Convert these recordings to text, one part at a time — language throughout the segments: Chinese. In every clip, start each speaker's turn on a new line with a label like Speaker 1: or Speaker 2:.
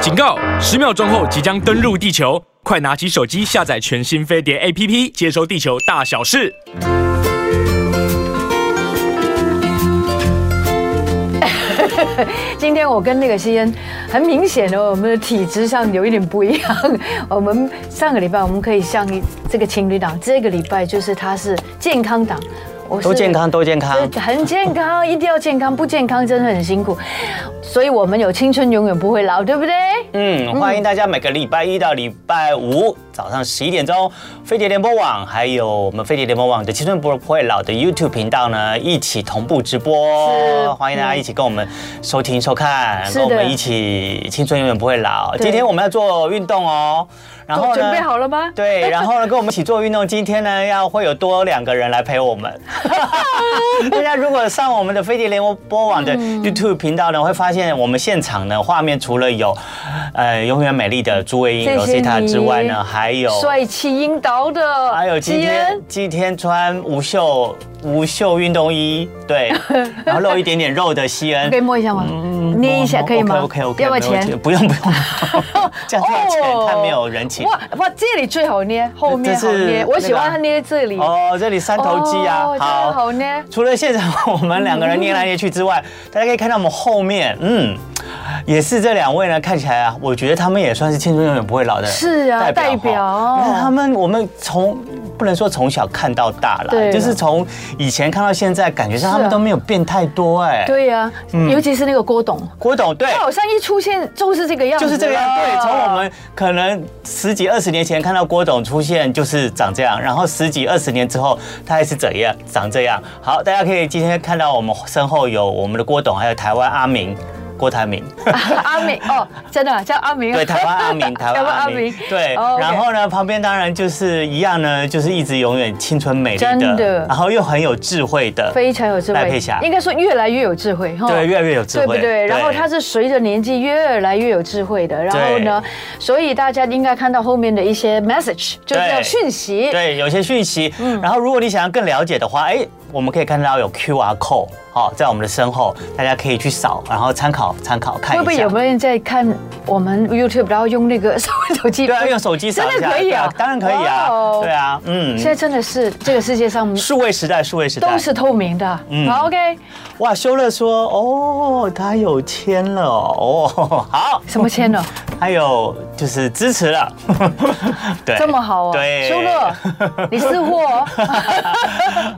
Speaker 1: 警告！十秒钟后即将登陆地球，快拿起手机下载全新飞碟 APP，接收地球大小事。
Speaker 2: 今天我跟那个西恩，很明显的我们的体质上有一点不一样。我们上个礼拜我们可以像这个情侣档，这个礼拜就是他是健康档。我是
Speaker 3: 都健康，都健康。
Speaker 2: 很健康，一定要健康，不健康真的很辛苦。所以我们有青春永远不会老，对不对？
Speaker 3: 嗯，欢迎大家每个礼拜一到礼拜五早上十一点钟，飞碟联播网还有我们飞碟联播网的青春不会老的 YouTube 频道呢，一起同步直
Speaker 2: 是
Speaker 3: 播，欢迎大家一起跟我们收听收看，
Speaker 2: 是的
Speaker 3: 跟我们一起青春永远不会老。
Speaker 2: 对
Speaker 3: 今天我们要做运动哦，然后呢？
Speaker 2: 准备好了 吗？
Speaker 3: 对，然后呢，跟我们一起做运动。今天呢，要会有多两个人来陪我 们。大家如果上我们的飞碟联播网的
Speaker 2: 嗯
Speaker 3: YouTube 频道呢，会发现我们现场呢画面除了有，呃，永远美丽的朱慧英
Speaker 2: 谢谢
Speaker 3: Rosita
Speaker 2: 你
Speaker 3: 之外呢，还有
Speaker 2: 帅气引导的，
Speaker 3: 哦还有今天今天穿无袖无袖运动衣， 对，然后露一点点肉的西恩
Speaker 2: 可以。摸一下吗？
Speaker 3: 嗯
Speaker 2: 捏一下可以吗
Speaker 3: OK OK，
Speaker 2: 要不要钱？哦
Speaker 3: 不用 不用，这样太钱太没有人情。
Speaker 2: 哇哇，这里最好捏，后面好
Speaker 3: 这是
Speaker 2: 捏，
Speaker 3: 那个啊
Speaker 2: 我喜欢捏这里。
Speaker 3: 哦，这里三头肌啊，
Speaker 2: 哦这样好捏。
Speaker 3: 除了现场我们两个人捏来捏去 之外，大家可以看到我们后面，嗯，也是这两位呢，看起来啊，我觉得他们也算是青春永远不会老的
Speaker 2: 是啊代表
Speaker 3: 哈你看他们，我们从不能说从小看到大
Speaker 2: 对啊
Speaker 3: 啦，就是从以前看到现在，感觉上
Speaker 2: 是啊
Speaker 3: 他们都没有变太多哎。
Speaker 2: 对呀、尤其是那个郭董，
Speaker 3: 郭董对
Speaker 2: 他。好像一出现就是这个样子，
Speaker 3: 就是这个样，哦对，从我们可能十几二十年前看到郭董出现，就是长这样，然后十几二十年之后，他还是怎样长这样。好，大家可以今天看到我们身后有我们的郭董，还有台湾阿明。郭 台铭，
Speaker 2: 阿明哦，真的啊叫阿明，
Speaker 3: 对，台湾 阿明，台湾阿明，对，
Speaker 2: 哦
Speaker 3: 然后呢，旁边当然就是一样呢，就是一直永远青春美丽
Speaker 2: 真的
Speaker 3: 的，然后又很有智慧的，
Speaker 2: 非常有智慧，
Speaker 3: 赖佩霞
Speaker 2: 应该说越来越有智慧哈
Speaker 3: 对，越来越有智
Speaker 2: 对
Speaker 3: 慧，
Speaker 2: 不对？然后他是随着年纪越来越有智慧的，然后呢，所以大家应该看到后面的一些 message，就是
Speaker 3: 对
Speaker 2: 讯息，
Speaker 3: 对，有些讯息。
Speaker 2: 嗯
Speaker 3: 然后如果你想要更了解的话，哎，我们可以看到有 QR code 好、在我们的身后，大家可以去扫，然后参考参考
Speaker 2: 会
Speaker 3: 看一
Speaker 2: 不会
Speaker 3: 下
Speaker 2: 有。没有人在看我们 YouTube，然后用那个手手机？
Speaker 3: 对啊，用手机扫一
Speaker 2: 真的
Speaker 3: 下，
Speaker 2: 可以啊
Speaker 3: 对当然可以
Speaker 2: 哇
Speaker 3: 啊
Speaker 2: 哦，
Speaker 3: 对啊，嗯
Speaker 2: 现，在真的是这个世界上
Speaker 3: 数位时代，数位时代
Speaker 2: 都，是透明的。
Speaker 3: 嗯
Speaker 2: 好，OK，
Speaker 3: 哇，修乐说，哦，他有签了哦，哦，好，
Speaker 2: 什么签呢？
Speaker 3: 还有就是支持了， 对，
Speaker 2: 这么好哦，
Speaker 3: 对，
Speaker 2: 修 乐，你是货哦，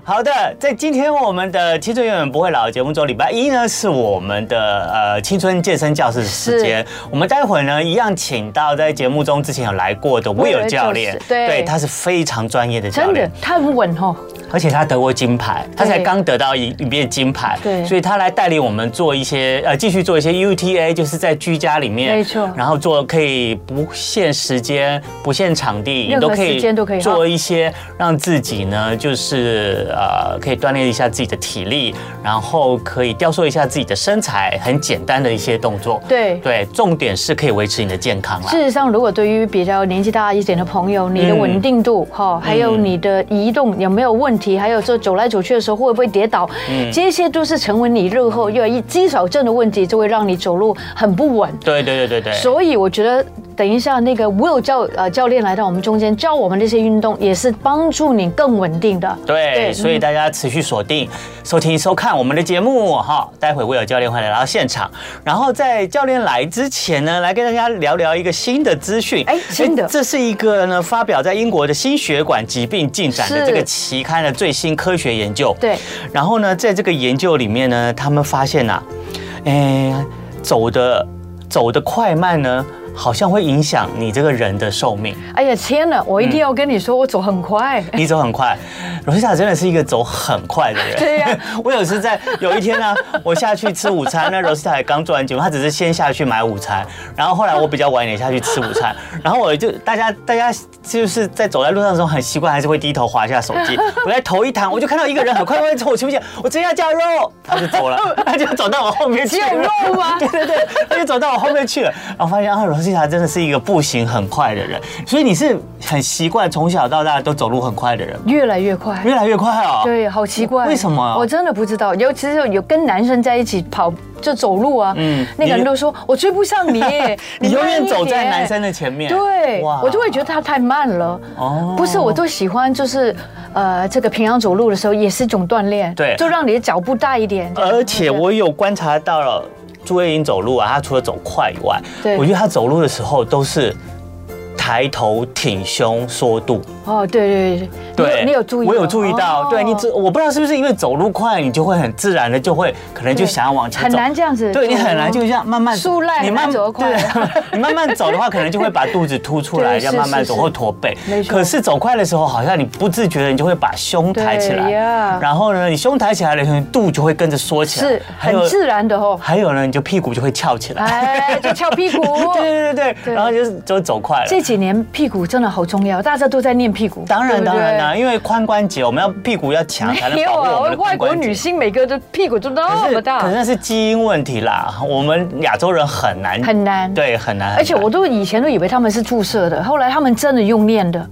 Speaker 3: 好的，在今天我们的《青春永远不会老》的节目中，礼拜一呢是我们的呃青春健身教室时间。我们待会儿呢一样请到在节目中之前有来过的威尔教
Speaker 2: 威尔
Speaker 3: 练
Speaker 2: 教，授对
Speaker 3: 他是非常专业的教
Speaker 2: 真的
Speaker 3: 练，，
Speaker 2: 他很稳哦。
Speaker 3: 而且他得过金牌，他才
Speaker 2: 对
Speaker 3: 刚得到一一面金牌，
Speaker 2: 对
Speaker 3: 所以他来带领我们做一些呃继续做一些 UTA，就是在居家里面，
Speaker 2: 没错
Speaker 3: 然后做可以不限时间、不限场地，
Speaker 2: 任何时间都可以
Speaker 3: 做一些让自己呢，就是呃，可以锻炼一下自己的体力，然后可以雕塑一下自己的身材，很简单的一些动作。
Speaker 2: 对
Speaker 3: 对，重点是可以维持你的健康啦
Speaker 2: 事。实上，如果对于比较年纪大一点的朋友，你的
Speaker 3: 嗯
Speaker 2: 稳定度哈，还有你的移动有没有问题，还有说走来走去的时候会不会跌倒，
Speaker 3: 嗯
Speaker 2: 这些都是成为你日后要一肌少症的问题，就会让你走路很不稳。
Speaker 3: 对对对对对。
Speaker 2: 所以我觉得，等一下那个 Will 教呃教练来到我们中间教我们这些运动，也是帮助你更稳定的。
Speaker 3: 对，所以
Speaker 2: 嗯
Speaker 3: 大家持续锁定、收听、收看我们的节目哈。待会威尔教练会来到现场，然后在教练来之前呢，来跟大家聊聊一个新的资讯。
Speaker 2: 哎新的
Speaker 3: 这是一个呢发表在英国的心血管疾病进展的
Speaker 2: 是
Speaker 3: 这个期刊的最新科学研究。
Speaker 2: 对，
Speaker 3: 然后呢，在这个研究里面呢，他们发现啊，哎，走的走的快慢呢，好像会影响你这个人的寿命。
Speaker 2: 哎呀天哪，我一定要跟你说，我走很快。
Speaker 3: 你走很快，罗西塔真的是一个走很快的人。
Speaker 2: 对呀
Speaker 3: 我有时在有一天呢、我下去吃午餐，那罗西塔也刚做完节目，她只是先下去买午餐，然后后来我比较晚一点下去吃午餐，然后我就大家大家就是在走在路上的时候很习惯，还是会低头滑一下手机。我在头一弹，我就看到一个人很快快从我前面，我真要加肉，他就走了，他就走到我后面去
Speaker 2: 只
Speaker 3: 了。
Speaker 2: 有肉吗
Speaker 3: 对对对，他就走到我后面去了，然后发现啊，罗西西塔真的是一个步行很快的人，所以你是很习惯从小到大都走路很快的人吗，
Speaker 2: 越来越快。
Speaker 3: 越来越快哦。
Speaker 2: 对，好奇怪，
Speaker 3: 为什么啊
Speaker 2: 我真的不知道，尤其是有跟男生在一起跑就走路啊，
Speaker 3: 嗯，
Speaker 2: 那个人都说我追不上你
Speaker 3: 你永
Speaker 2: 慢
Speaker 3: 远
Speaker 2: 一
Speaker 3: 走在
Speaker 2: 点
Speaker 3: 男生的前面。
Speaker 2: 对，
Speaker 3: 哇
Speaker 2: 我就会觉得他太慢了。
Speaker 3: 哦
Speaker 2: 不是，我都喜欢就是，呃，这个平常走路的时候也是一种锻炼，
Speaker 3: 对
Speaker 2: 就让你的脚步大一点。
Speaker 3: 而且我有观察到了朱慧英走路啊，她除了走快以外，
Speaker 2: 对
Speaker 3: 我觉得她走路的时候都是抬头挺胸缩肚。
Speaker 2: 哦，对对对对，你有你有注意到？
Speaker 3: 我有注意到。
Speaker 2: 哦
Speaker 3: 对你这，我不知道是不是因为走路快，你就会很自然的就会可能就
Speaker 2: 对
Speaker 3: 想要往前
Speaker 2: 很
Speaker 3: 走。
Speaker 2: 难这样子哦
Speaker 3: 对你很难
Speaker 2: 走
Speaker 3: 就这样慢慢
Speaker 2: 树懒
Speaker 3: 你
Speaker 2: 很
Speaker 3: 慢
Speaker 2: 难走得快
Speaker 3: 对 你慢慢走的话，可能就会把肚子凸出 来，
Speaker 2: 对
Speaker 3: 要
Speaker 2: 是
Speaker 3: 慢慢
Speaker 2: 是
Speaker 3: 走
Speaker 2: 是
Speaker 3: 或驼背
Speaker 2: 没。错
Speaker 3: 可是走快的时候，好像你不自觉的，你就会把胸抬起来
Speaker 2: 对呀，
Speaker 3: 然后呢，你胸抬起来的时候，你肚就会跟着缩起 来，
Speaker 2: 是
Speaker 3: 还
Speaker 2: 很
Speaker 3: 有
Speaker 2: 自然的哦，
Speaker 3: 还有呢，你就屁股就会翘起来。
Speaker 2: 哎，就翘屁股。
Speaker 3: 对 对对对，
Speaker 2: 对
Speaker 3: 然后就是就走快了。
Speaker 2: 这几年屁股真的好重要，大家都在念屁股。
Speaker 3: 当然
Speaker 2: 对不
Speaker 3: 当
Speaker 2: 对
Speaker 3: 然啦、因为髋关节我们要屁股要 强才能
Speaker 2: 没有
Speaker 3: 保护我
Speaker 2: 啊
Speaker 3: 们的，
Speaker 2: 外
Speaker 3: 髋
Speaker 2: 国
Speaker 3: 关节
Speaker 2: 女。性每个都屁股都那
Speaker 3: 可
Speaker 2: 么
Speaker 3: 是
Speaker 2: 大
Speaker 3: 可是，那是基因问题啦，我们亚洲人很难
Speaker 2: 很难。。
Speaker 3: 对很难，
Speaker 2: 而且
Speaker 3: 很
Speaker 2: 我
Speaker 3: 难
Speaker 2: 都以前都以为他们是注射的，后来他们真的用念的，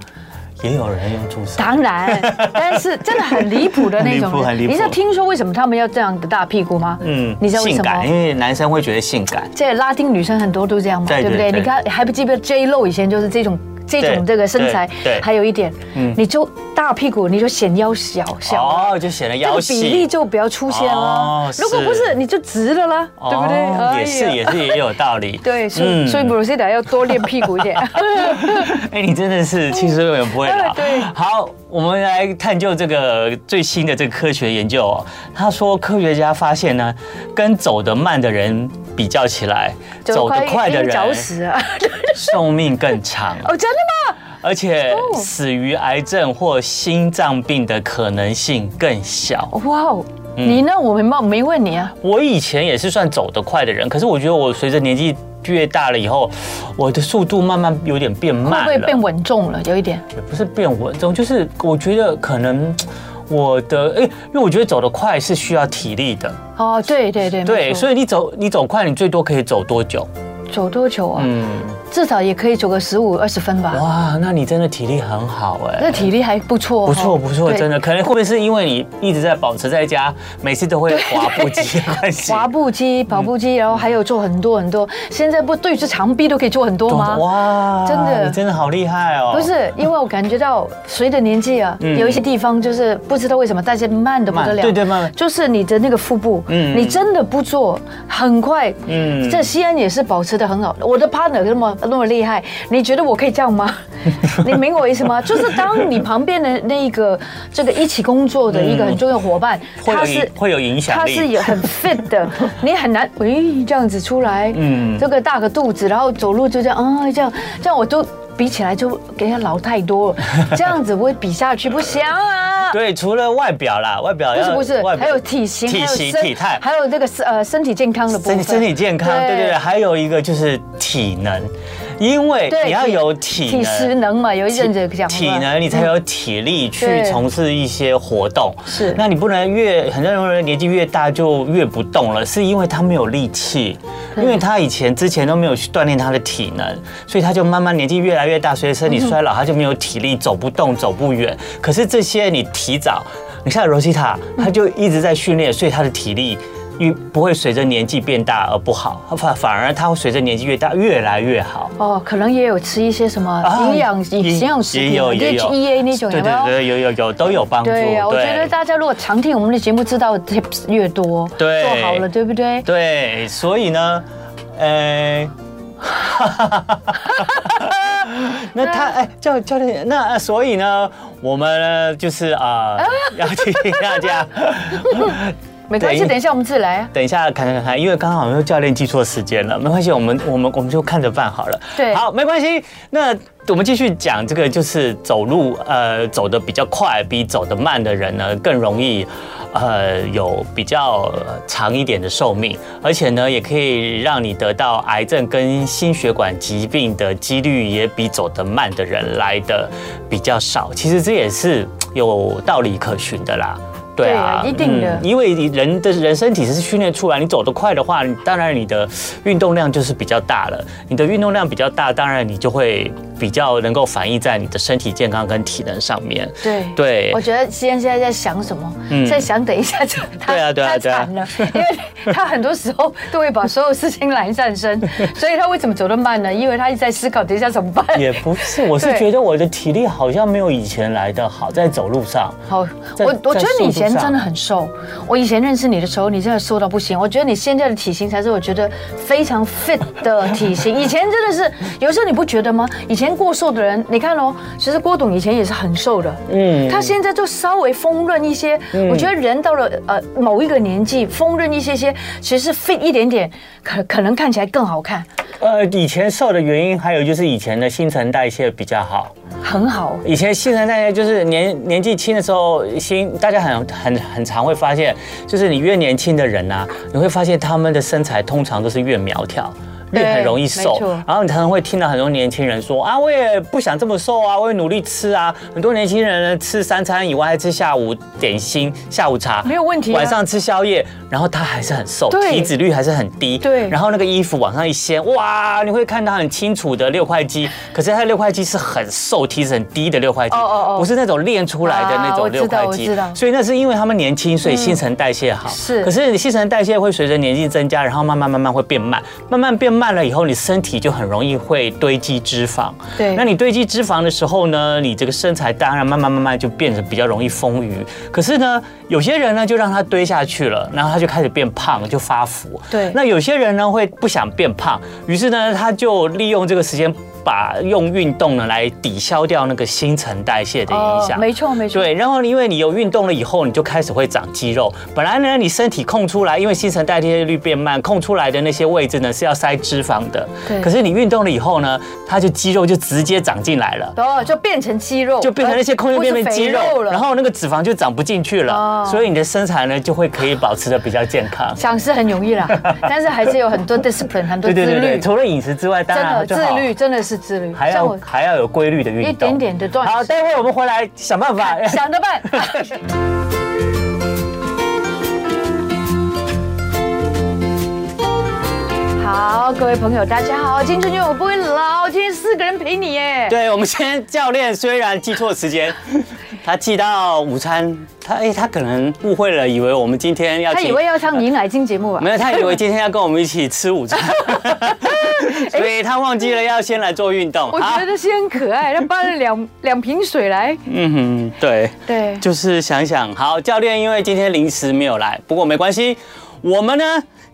Speaker 3: 也有人用注 射，
Speaker 2: 当然，但是真的很离谱的那
Speaker 3: 很离
Speaker 2: 种
Speaker 3: 谱很
Speaker 2: 人。
Speaker 3: 离谱
Speaker 2: 你知道听说为什么他们要这样的大屁股吗？
Speaker 3: 嗯，
Speaker 2: 你知道为
Speaker 3: 性
Speaker 2: 什
Speaker 3: 感，因
Speaker 2: 么？
Speaker 3: 为男生会觉得性感，
Speaker 2: 这拉丁女生很多都这样嘛，
Speaker 3: 对
Speaker 2: 对不
Speaker 3: 对
Speaker 2: 对？
Speaker 3: 对
Speaker 2: 你看，还不记得 J Lo 以前就是这种。这种这个身材
Speaker 3: 对对，嗯
Speaker 2: 还有一点，你就大屁股，你就显腰小小，
Speaker 3: 哦，就显得
Speaker 2: 这
Speaker 3: 腰
Speaker 2: 个比例
Speaker 3: 细。
Speaker 2: 就不要出现了
Speaker 3: 哦。
Speaker 2: 如果不
Speaker 3: 是
Speaker 2: 是，你就直了啦，对不对？
Speaker 3: 哦
Speaker 2: 哎呀
Speaker 3: 也是也是也有道理。
Speaker 2: 对，所以
Speaker 3: 嗯
Speaker 2: 所以 b r u c i d a 要多练屁股一点。
Speaker 3: 哎、你真的是青春永远不会老。
Speaker 2: 嗯对
Speaker 3: 好，我们来探究这个最新的这个科学研究哦。他说，科学家发现呢，跟走得慢的人比较起来， 走 得快
Speaker 2: 因
Speaker 3: 的
Speaker 2: 为
Speaker 3: 人
Speaker 2: 找死啊！
Speaker 3: 寿命更长，啊
Speaker 2: 哦，真的吗？
Speaker 3: 而且
Speaker 2: 哦
Speaker 3: 死于癌症或心脏病的可能性更小。
Speaker 2: 哇哦，
Speaker 3: 嗯
Speaker 2: 你呢？我没冒没问你啊。
Speaker 3: 我以前也是算走得快的人，可是我觉得我随着年纪越大了以后，我的速度慢慢有点变
Speaker 2: 会
Speaker 3: 慢
Speaker 2: 不
Speaker 3: 了，
Speaker 2: 会变稳重了？有一点，
Speaker 3: 也不是变稳重，就是我觉得可能我的哎、因为我觉得走得快是需要体力的，
Speaker 2: 哦，对对对，
Speaker 3: 对，所
Speaker 2: 以
Speaker 3: 以你走你走快，你最多可以走多久？
Speaker 2: 走多久啊？
Speaker 3: 嗯，
Speaker 2: 至少也可以走个十五二十分吧。
Speaker 3: 哇，那你真的体力很好哎、
Speaker 2: 那体力还不错哦，
Speaker 3: 不错不错，
Speaker 2: 对
Speaker 3: 真的，可能会不会是因为你一直在保持在家，每次都会滑步机的关 系？
Speaker 2: 滑步机、跑步
Speaker 3: 嗯
Speaker 2: 机，然后还有做很多很多。现在不对着墙壁都可以做很多吗？
Speaker 3: 哇
Speaker 2: 真的
Speaker 3: 你真的好厉害哦！嗯
Speaker 2: 不是，因为我感觉到随着年纪啊，有一些地方就是不知道为什么大家慢的不
Speaker 3: 慢
Speaker 2: 得了，
Speaker 3: 对对慢慢
Speaker 2: 就是你的那个腹部，
Speaker 3: 嗯
Speaker 2: 你真的不做，很快，
Speaker 3: 嗯
Speaker 2: 嗯，这西安也是保持的很好。我的 partner 那么那么厉害，你觉得我可以这样 吗？你明我意思吗？就是当你旁边的那个这个一起工作的一个很重要伙伴，
Speaker 3: 会有影会有影响
Speaker 2: 他
Speaker 3: 力，
Speaker 2: 是有很 fit 的，你很难喂这样子出来，
Speaker 3: 嗯
Speaker 2: 嗯，这个大个肚子，然后走路就这样啊，这样这样我都比起来就给他老太多 了，这样子我比下去不行啊。
Speaker 3: 对，除了外表啦，外表
Speaker 2: 不
Speaker 3: 要
Speaker 2: 是不是
Speaker 3: 啊外，表
Speaker 2: 还有体型、
Speaker 3: 体
Speaker 2: 还有
Speaker 3: 型、
Speaker 2: 身
Speaker 3: 体态，
Speaker 2: 还有这个是呃身体健康的部
Speaker 3: 身
Speaker 2: 分，
Speaker 3: 身体健康，对对对，还有一个就是体能，因为
Speaker 2: 对
Speaker 3: 你要有体
Speaker 2: 体适
Speaker 3: 能。
Speaker 2: 能嘛，有一阵子讲
Speaker 3: 体
Speaker 2: 嘛
Speaker 3: 能，你才有体力去
Speaker 2: 嗯对
Speaker 3: 从事一些活动。
Speaker 2: 是
Speaker 3: 那你不能越很多人年纪越大就越不动了，是因为他没有力气，因为他以前之前都没有去锻炼他的体能，所以他就慢慢年纪越来越大，随着
Speaker 2: 嗯
Speaker 3: 身体衰老，他就没有体力，走不动，走不远。可是这些你提早，你像罗西塔，
Speaker 2: 嗯
Speaker 3: 他就一直在训练，所以他的体力。越不会随着年纪变大而不好，反反而他会随着年纪越大越来越好。
Speaker 2: 哦，可能也有吃一些什么营养营养食
Speaker 3: 啊也
Speaker 2: 品啊
Speaker 3: 有也有
Speaker 2: ，DHEA 那种，
Speaker 3: 对
Speaker 2: 有没
Speaker 3: 对
Speaker 2: 有？
Speaker 3: 对，有有有都有帮助。
Speaker 2: 对呀、我觉得大家如果常听我们的节目，知道的 tips 越多，
Speaker 3: 对
Speaker 2: 做好了，对不对？
Speaker 3: 对，所以呢，呃。 那 他哎，教教练，那呃所以呢，我们呢就是 啊，呃要提醒大家，
Speaker 2: 没关系，
Speaker 3: 对
Speaker 2: 等一下我们自己来啊。
Speaker 3: 等一下看看看，因为刚好教练记错时间了，没关系，我们我们我们就看着办好了。
Speaker 2: 对
Speaker 3: 好，没关系。那我们继续讲这个，就是走路，呃，走得比较快，比走得慢的人呢，更容易，呃，有比较呃长一点的寿命，而且呢，也可以让你得到癌症跟心血管疾病的几率也比走得慢的人来的比较少。其实这也是有道理可循的啦。对啊，
Speaker 2: 对啊一定的
Speaker 3: 因为人的人身体是训练出来，你走得快的话，你当然你的运动量就是比较大了。你的运动量比较大，当然你就会比较能够反映在你的身体健康跟体能上面。
Speaker 2: 对
Speaker 3: 对
Speaker 2: 我觉得西安现在在想什么？
Speaker 3: 嗯
Speaker 2: 在想等一下就他
Speaker 3: 对啊对啊
Speaker 2: 他
Speaker 3: 对啊
Speaker 2: 惨了，因为他很多时候都会把所有事情揽上身，所以他为什么走得慢呢？因为他一直在思考等一下怎么办。
Speaker 3: 也不是，我是
Speaker 2: 对
Speaker 3: 觉得我的体力好像没有以前来的好，在走路上。
Speaker 2: 好，
Speaker 3: 在
Speaker 2: 我我觉得你以前
Speaker 3: 在速度上
Speaker 2: 真的很瘦，我以前认识你的时候，你真的瘦到不行。我觉得你现在的体型才是我觉得非常 fit 的体型。以前真的是，有时候你不觉得吗？以前过瘦的人，你看哦，其实郭董以前也是很瘦的，嗯，他现在就稍微丰润一些。
Speaker 3: 嗯
Speaker 2: 我觉得人到了呃某一个年纪，丰润一些些，其实 fit 一点点，可可能看起来更好看，
Speaker 3: 呃，以前瘦的原因还有就是以前的新陈代谢比较好。
Speaker 2: 很好。
Speaker 3: 以前新陈代谢就是年年纪轻的时候，新大家很很很常会发现，就是你越年轻的人呐、你会发现他们的身材通常都是越苗条。越
Speaker 2: 对
Speaker 3: 很容易
Speaker 2: 没
Speaker 3: 瘦
Speaker 2: 错，
Speaker 3: 然后你常常会听到很多年轻人说啊，我也不想这么瘦啊，我也努力吃啊。很多年轻人呢，吃三餐以外，还吃下午点心、下午茶，
Speaker 2: 没有问题啊
Speaker 3: 晚上吃宵夜，然后他还是很瘦，
Speaker 2: 对
Speaker 3: 体脂率还是很低。
Speaker 2: 对
Speaker 3: 然后那个衣服往上一掀，哇，你会看到很清楚的六块肌，可是他的六块肌是很瘦、体脂很低的六块肌。
Speaker 2: 哦哦哦
Speaker 3: 不是那种练出来的那
Speaker 2: 啊我知
Speaker 3: 种六块
Speaker 2: 道我
Speaker 3: 肌
Speaker 2: 知道，嗯
Speaker 3: 所以那是因为他们年轻，所以新陈代谢好。
Speaker 2: 是
Speaker 3: 可是你新陈代谢会随着年纪增加，然后慢慢慢慢会变慢，慢慢变慢了以后，你身体就很容易会堆积脂肪。
Speaker 2: 对
Speaker 3: 那你堆积脂肪的时候呢，你这个身材当然慢慢慢慢就变得比较容易丰腴。可是呢，有些人呢就让它堆下去了，然后他就开始变胖，就发福。
Speaker 2: 对
Speaker 3: 那有些人呢会不想变胖，于是呢他就利用这个时间。把用运动呢来抵消掉那个新陈代谢的影响、
Speaker 2: 哦没错没错，
Speaker 3: 对，然后因为你有运动了以后，你就开始会长肌肉。本来呢，你身体空出来，因为新陈代谢率变慢，空出来的那些位置呢是要塞脂肪的。
Speaker 2: 对
Speaker 3: 可是你运动了以后呢，它就肌肉就直接长进来了。
Speaker 2: 然后哦就变成肌肉，
Speaker 3: 就变成那些空就
Speaker 2: 而
Speaker 3: 变
Speaker 2: 哦不
Speaker 3: 成
Speaker 2: 是
Speaker 3: 肌
Speaker 2: 肥
Speaker 3: 肉，
Speaker 2: 了，
Speaker 3: 然后那个脂肪就长不进去了，
Speaker 2: 哦。
Speaker 3: 所以你的身材呢就会可以保持的比较健康
Speaker 2: 想是很容易 啦，但是还是有很多 discipline，很多
Speaker 3: 对
Speaker 2: 自
Speaker 3: 对对
Speaker 2: 律
Speaker 3: 对，，除了饮食之外，当
Speaker 2: 真
Speaker 3: 然
Speaker 2: 的
Speaker 3: 就
Speaker 2: 自
Speaker 3: 好
Speaker 2: 律真的是自律。
Speaker 3: 还
Speaker 2: 像
Speaker 3: 要
Speaker 2: 我
Speaker 3: 还要有规律的运动，
Speaker 2: 一点点的断食
Speaker 3: 好，待会我们回来想办法。
Speaker 2: 想得 办，好，各位朋友，大家好！青春永远不会老，今天四个人陪你 耶。
Speaker 3: 对，啊我们今天教练虽然记错时间，他记到午餐，他哎、他可能误会了，以为我们今天要
Speaker 2: 他以
Speaker 3: 请
Speaker 2: 为要上迎来金节目吧？啊
Speaker 3: 没有，他以为今天要跟我们一起吃午餐，所以他忘记了要先来做运动。啊
Speaker 2: 我觉得是很可爱，他搬了两 两瓶水来。
Speaker 3: 嗯哼，对，
Speaker 2: 对，
Speaker 3: 就是想一想，好，教练因为今天临时没有来，不过没关系，我们呢。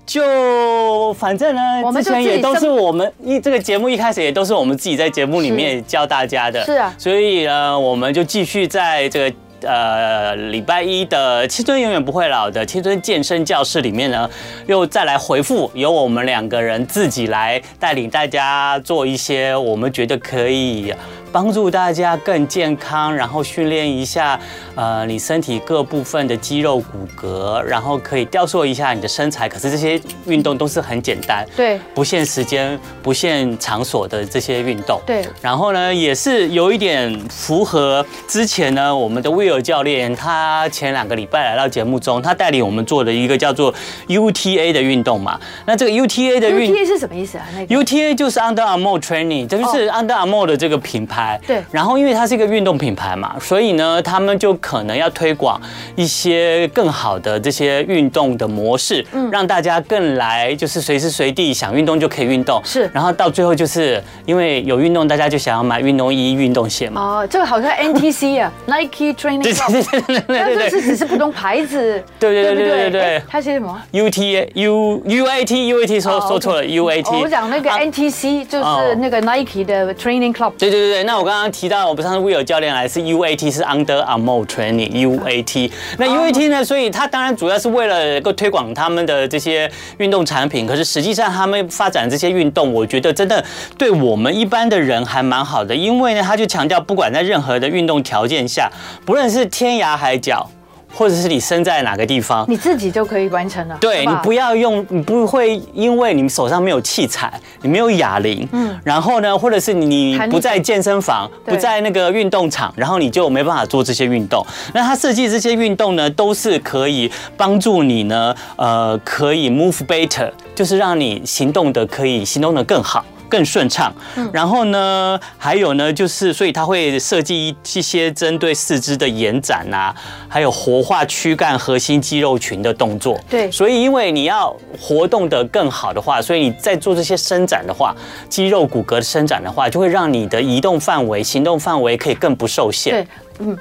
Speaker 3: 就反正呢
Speaker 2: 我，们
Speaker 3: 之
Speaker 2: 就
Speaker 3: 前
Speaker 2: 自己
Speaker 3: 也都
Speaker 2: 生
Speaker 3: 是我们一这个节目一开始也都是我们自己在节目里面教大家的，
Speaker 2: 是啊
Speaker 3: 所以呢，我们就继续在这个。呃，礼拜一的《青春永远不会老》的青春健身教室里面呢，又再来回复，由我们两个人自己来带领大家做一些我们觉得可以呃帮助大家更健康，然后训练一下呃你身体各部分的肌肉骨骼，然后可以雕塑一下你的身材。可是这些运动都是很简单，
Speaker 2: 对，
Speaker 3: 不限时间、不限场所的这些运动。
Speaker 2: 对
Speaker 3: 然后呢，也是有一点符合之前呢，我们的 Will 教练他前两个礼拜来到节目中，他带领我们做的一个叫做 UTA 的运动嘛。那这个 UTA 的
Speaker 2: U
Speaker 3: 运
Speaker 2: T A 是什么意思啊？那个
Speaker 3: UTA 就是 Under Armour Training，这就是 Under Armour 的这个品牌。
Speaker 2: 哦对
Speaker 3: 然后因为它是一个运动品牌嘛，所以呢，他们就可能要推广一些更好的这些运动的模式，
Speaker 2: 嗯
Speaker 3: 让大家更来就是随时随地想运动就可以运动。
Speaker 2: 是
Speaker 3: 然后到最后就是因为有运动，大家就想要买运动衣、运动鞋嘛。
Speaker 2: 哦，这个好像 N T C 啊，Nike Training
Speaker 3: 对
Speaker 2: Club
Speaker 3: 对。对对
Speaker 2: 但
Speaker 3: 对
Speaker 2: 这
Speaker 3: 对
Speaker 2: 是只是普通牌子，
Speaker 3: 对对对
Speaker 2: 不
Speaker 3: 对对对
Speaker 2: 哎他写什么？
Speaker 3: u t a U U A T U A T 说
Speaker 2: 哦
Speaker 3: 说错了，U A T。
Speaker 2: 哦我讲那个
Speaker 3: 啊哦
Speaker 2: NTC 就是那个 Nike 的 Training Club，
Speaker 3: 对对对对，那我刚刚提到，我们上次 Will 教练来是 UAT 是 Under Armour Training UAT，那 UAT 呢，所以它当然主要是为了能够推广他们的这些运动产品，可是实际上他们发展这些运动，我觉得真的对我们一般的人还蛮好的，因为呢，他就强调不管在任何的运动条件下，不论是天涯海角。或者是你身在哪个地方，
Speaker 2: 你自己就可以完成了。
Speaker 3: 对
Speaker 2: 好
Speaker 3: 你
Speaker 2: 好
Speaker 3: 不要用，你不会因为你手上没有器材，你没有哑铃，嗯，然后呢，或者是你
Speaker 2: 弹力
Speaker 3: 不在健身房，
Speaker 2: 对
Speaker 3: 不在那个运动场，然后你就没办法做这些运动。那他设计这些运动呢，都是可以帮助你呢，呃，可以 move better，就是让你行动的可以行动的更好。更顺畅，
Speaker 2: 嗯
Speaker 3: 然后呢，还有呢，就是所以他会设计一一些针对四肢的延展啊，还有活化躯干、核心肌肉群的动作。
Speaker 2: 对
Speaker 3: 所以因为你要活动的更好的话，所以你在做这些伸展的话，肌肉骨骼的伸展的话，就会让你的移动范围、行动范围可以更不受限
Speaker 2: 对。，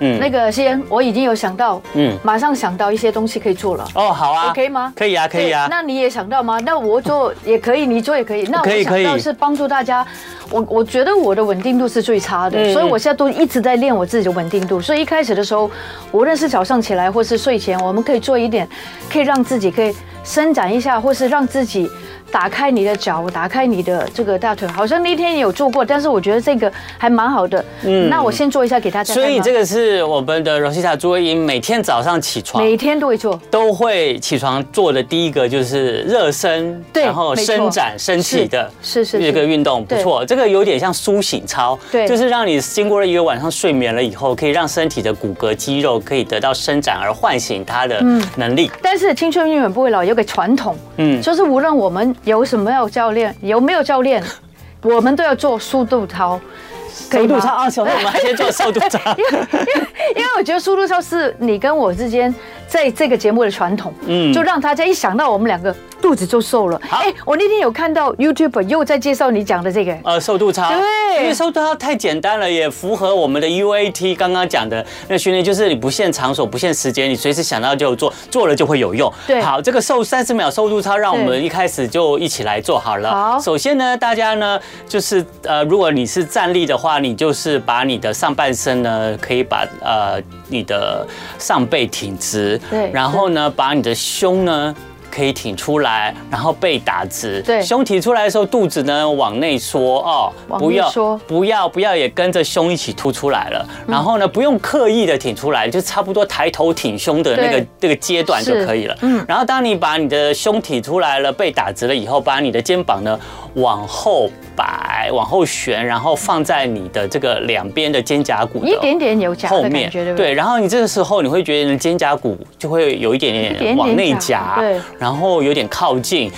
Speaker 2: 嗯，那个先，我已经有想到，嗯
Speaker 3: 嗯，
Speaker 2: 马上想到一些东西可以做了。
Speaker 3: 哦，好啊
Speaker 2: OK 吗
Speaker 3: 可以啊，可以啊哦
Speaker 2: 对。那你也想到吗？那我做也可以，你做也可以。那
Speaker 3: 可
Speaker 2: 我
Speaker 3: 以
Speaker 2: 想
Speaker 3: 可
Speaker 2: 到
Speaker 3: 以
Speaker 2: 是帮助大家，我我觉得我的稳定度是最差的，
Speaker 3: 嗯
Speaker 2: 所以我现在都一直在练我自己的稳定度。所以一开始的时候，无论是早上起来或是睡前，我们可以做一点，可以让自己可以伸展一下，或是让自己。打开你的脚，打开你的这个大腿，好像那天也有做过，但是我觉得这个还蛮好的。嗯，那我先做一下给大家看吧。
Speaker 3: 所以这个是我们的 Rosita 朱慧英每天早上起床
Speaker 2: 每天都会做，
Speaker 3: 都会起床做的第一个就是热身，
Speaker 2: 对
Speaker 3: 然后
Speaker 2: 没错
Speaker 3: 伸展身体的，
Speaker 2: 是是是
Speaker 3: 这个运动不
Speaker 2: 对
Speaker 3: 错。这个有点像苏醒操，
Speaker 2: 对
Speaker 3: 就是让你经过了一个晚上睡眠了以后，可以让身体的骨骼肌肉可以得到伸展，而唤醒它的能力。
Speaker 2: 但是青春永远不会老，有个传统，嗯，
Speaker 3: 嗯
Speaker 2: 就是无论我们有什么样的教练，有没有教 练，我们都要做速度操，可以
Speaker 3: 速度
Speaker 2: 吗
Speaker 3: 操啊，小妹，我们还先 做速度操。
Speaker 2: 因为我觉得速度操是你跟我之间在这个节目的传统，嗯，
Speaker 3: 嗯
Speaker 2: 就让大家一想到我们两个肚子就瘦了。哎、我那天有看到 YouTube 又在介绍你讲的这个，
Speaker 3: 呃，瘦肚操，
Speaker 2: 对
Speaker 3: 因为瘦肚操太简单了，也符合我们的 UAT 刚刚讲的那训练，就是你不限场所、不限时间，你随时想到就做，做了就会有用。
Speaker 2: 对
Speaker 3: 好，这个瘦三十秒瘦肚操，让我
Speaker 2: 对
Speaker 3: 们一开始就一起来做好了。
Speaker 2: 好
Speaker 3: 首先呢，大家呢就是呃，如果你是站立的话，你就是把你的上半身呢，可以把呃你的上背挺直，
Speaker 2: 对
Speaker 3: 然后呢，把你的胸呢。可以挺出来，然后背打直，
Speaker 2: 对
Speaker 3: 胸挺出来的时候，肚子呢往内缩哦，
Speaker 2: 往
Speaker 3: 不
Speaker 2: 内
Speaker 3: 要
Speaker 2: 缩嗯
Speaker 3: 不要不要也跟着胸一起凸出来了。然后呢，不用刻意的挺出来，就差不多抬头挺胸的那个
Speaker 2: 对
Speaker 3: 那个阶段就是可以了。
Speaker 2: 嗯
Speaker 3: 嗯，然后当你把你的胸挺出来了，背打直了以后，把你的肩膀呢往后摆，往后旋，然后放在你的这个两边的肩胛骨的
Speaker 2: 一点点有夹
Speaker 3: 后
Speaker 2: 的感
Speaker 3: 面
Speaker 2: 觉，对不对？
Speaker 3: 然后你这个时候你会觉得你的肩胛骨就会有一点
Speaker 2: 点点
Speaker 3: 点往内
Speaker 2: 夹
Speaker 3: 夹，
Speaker 2: 对
Speaker 3: 然后有点靠近。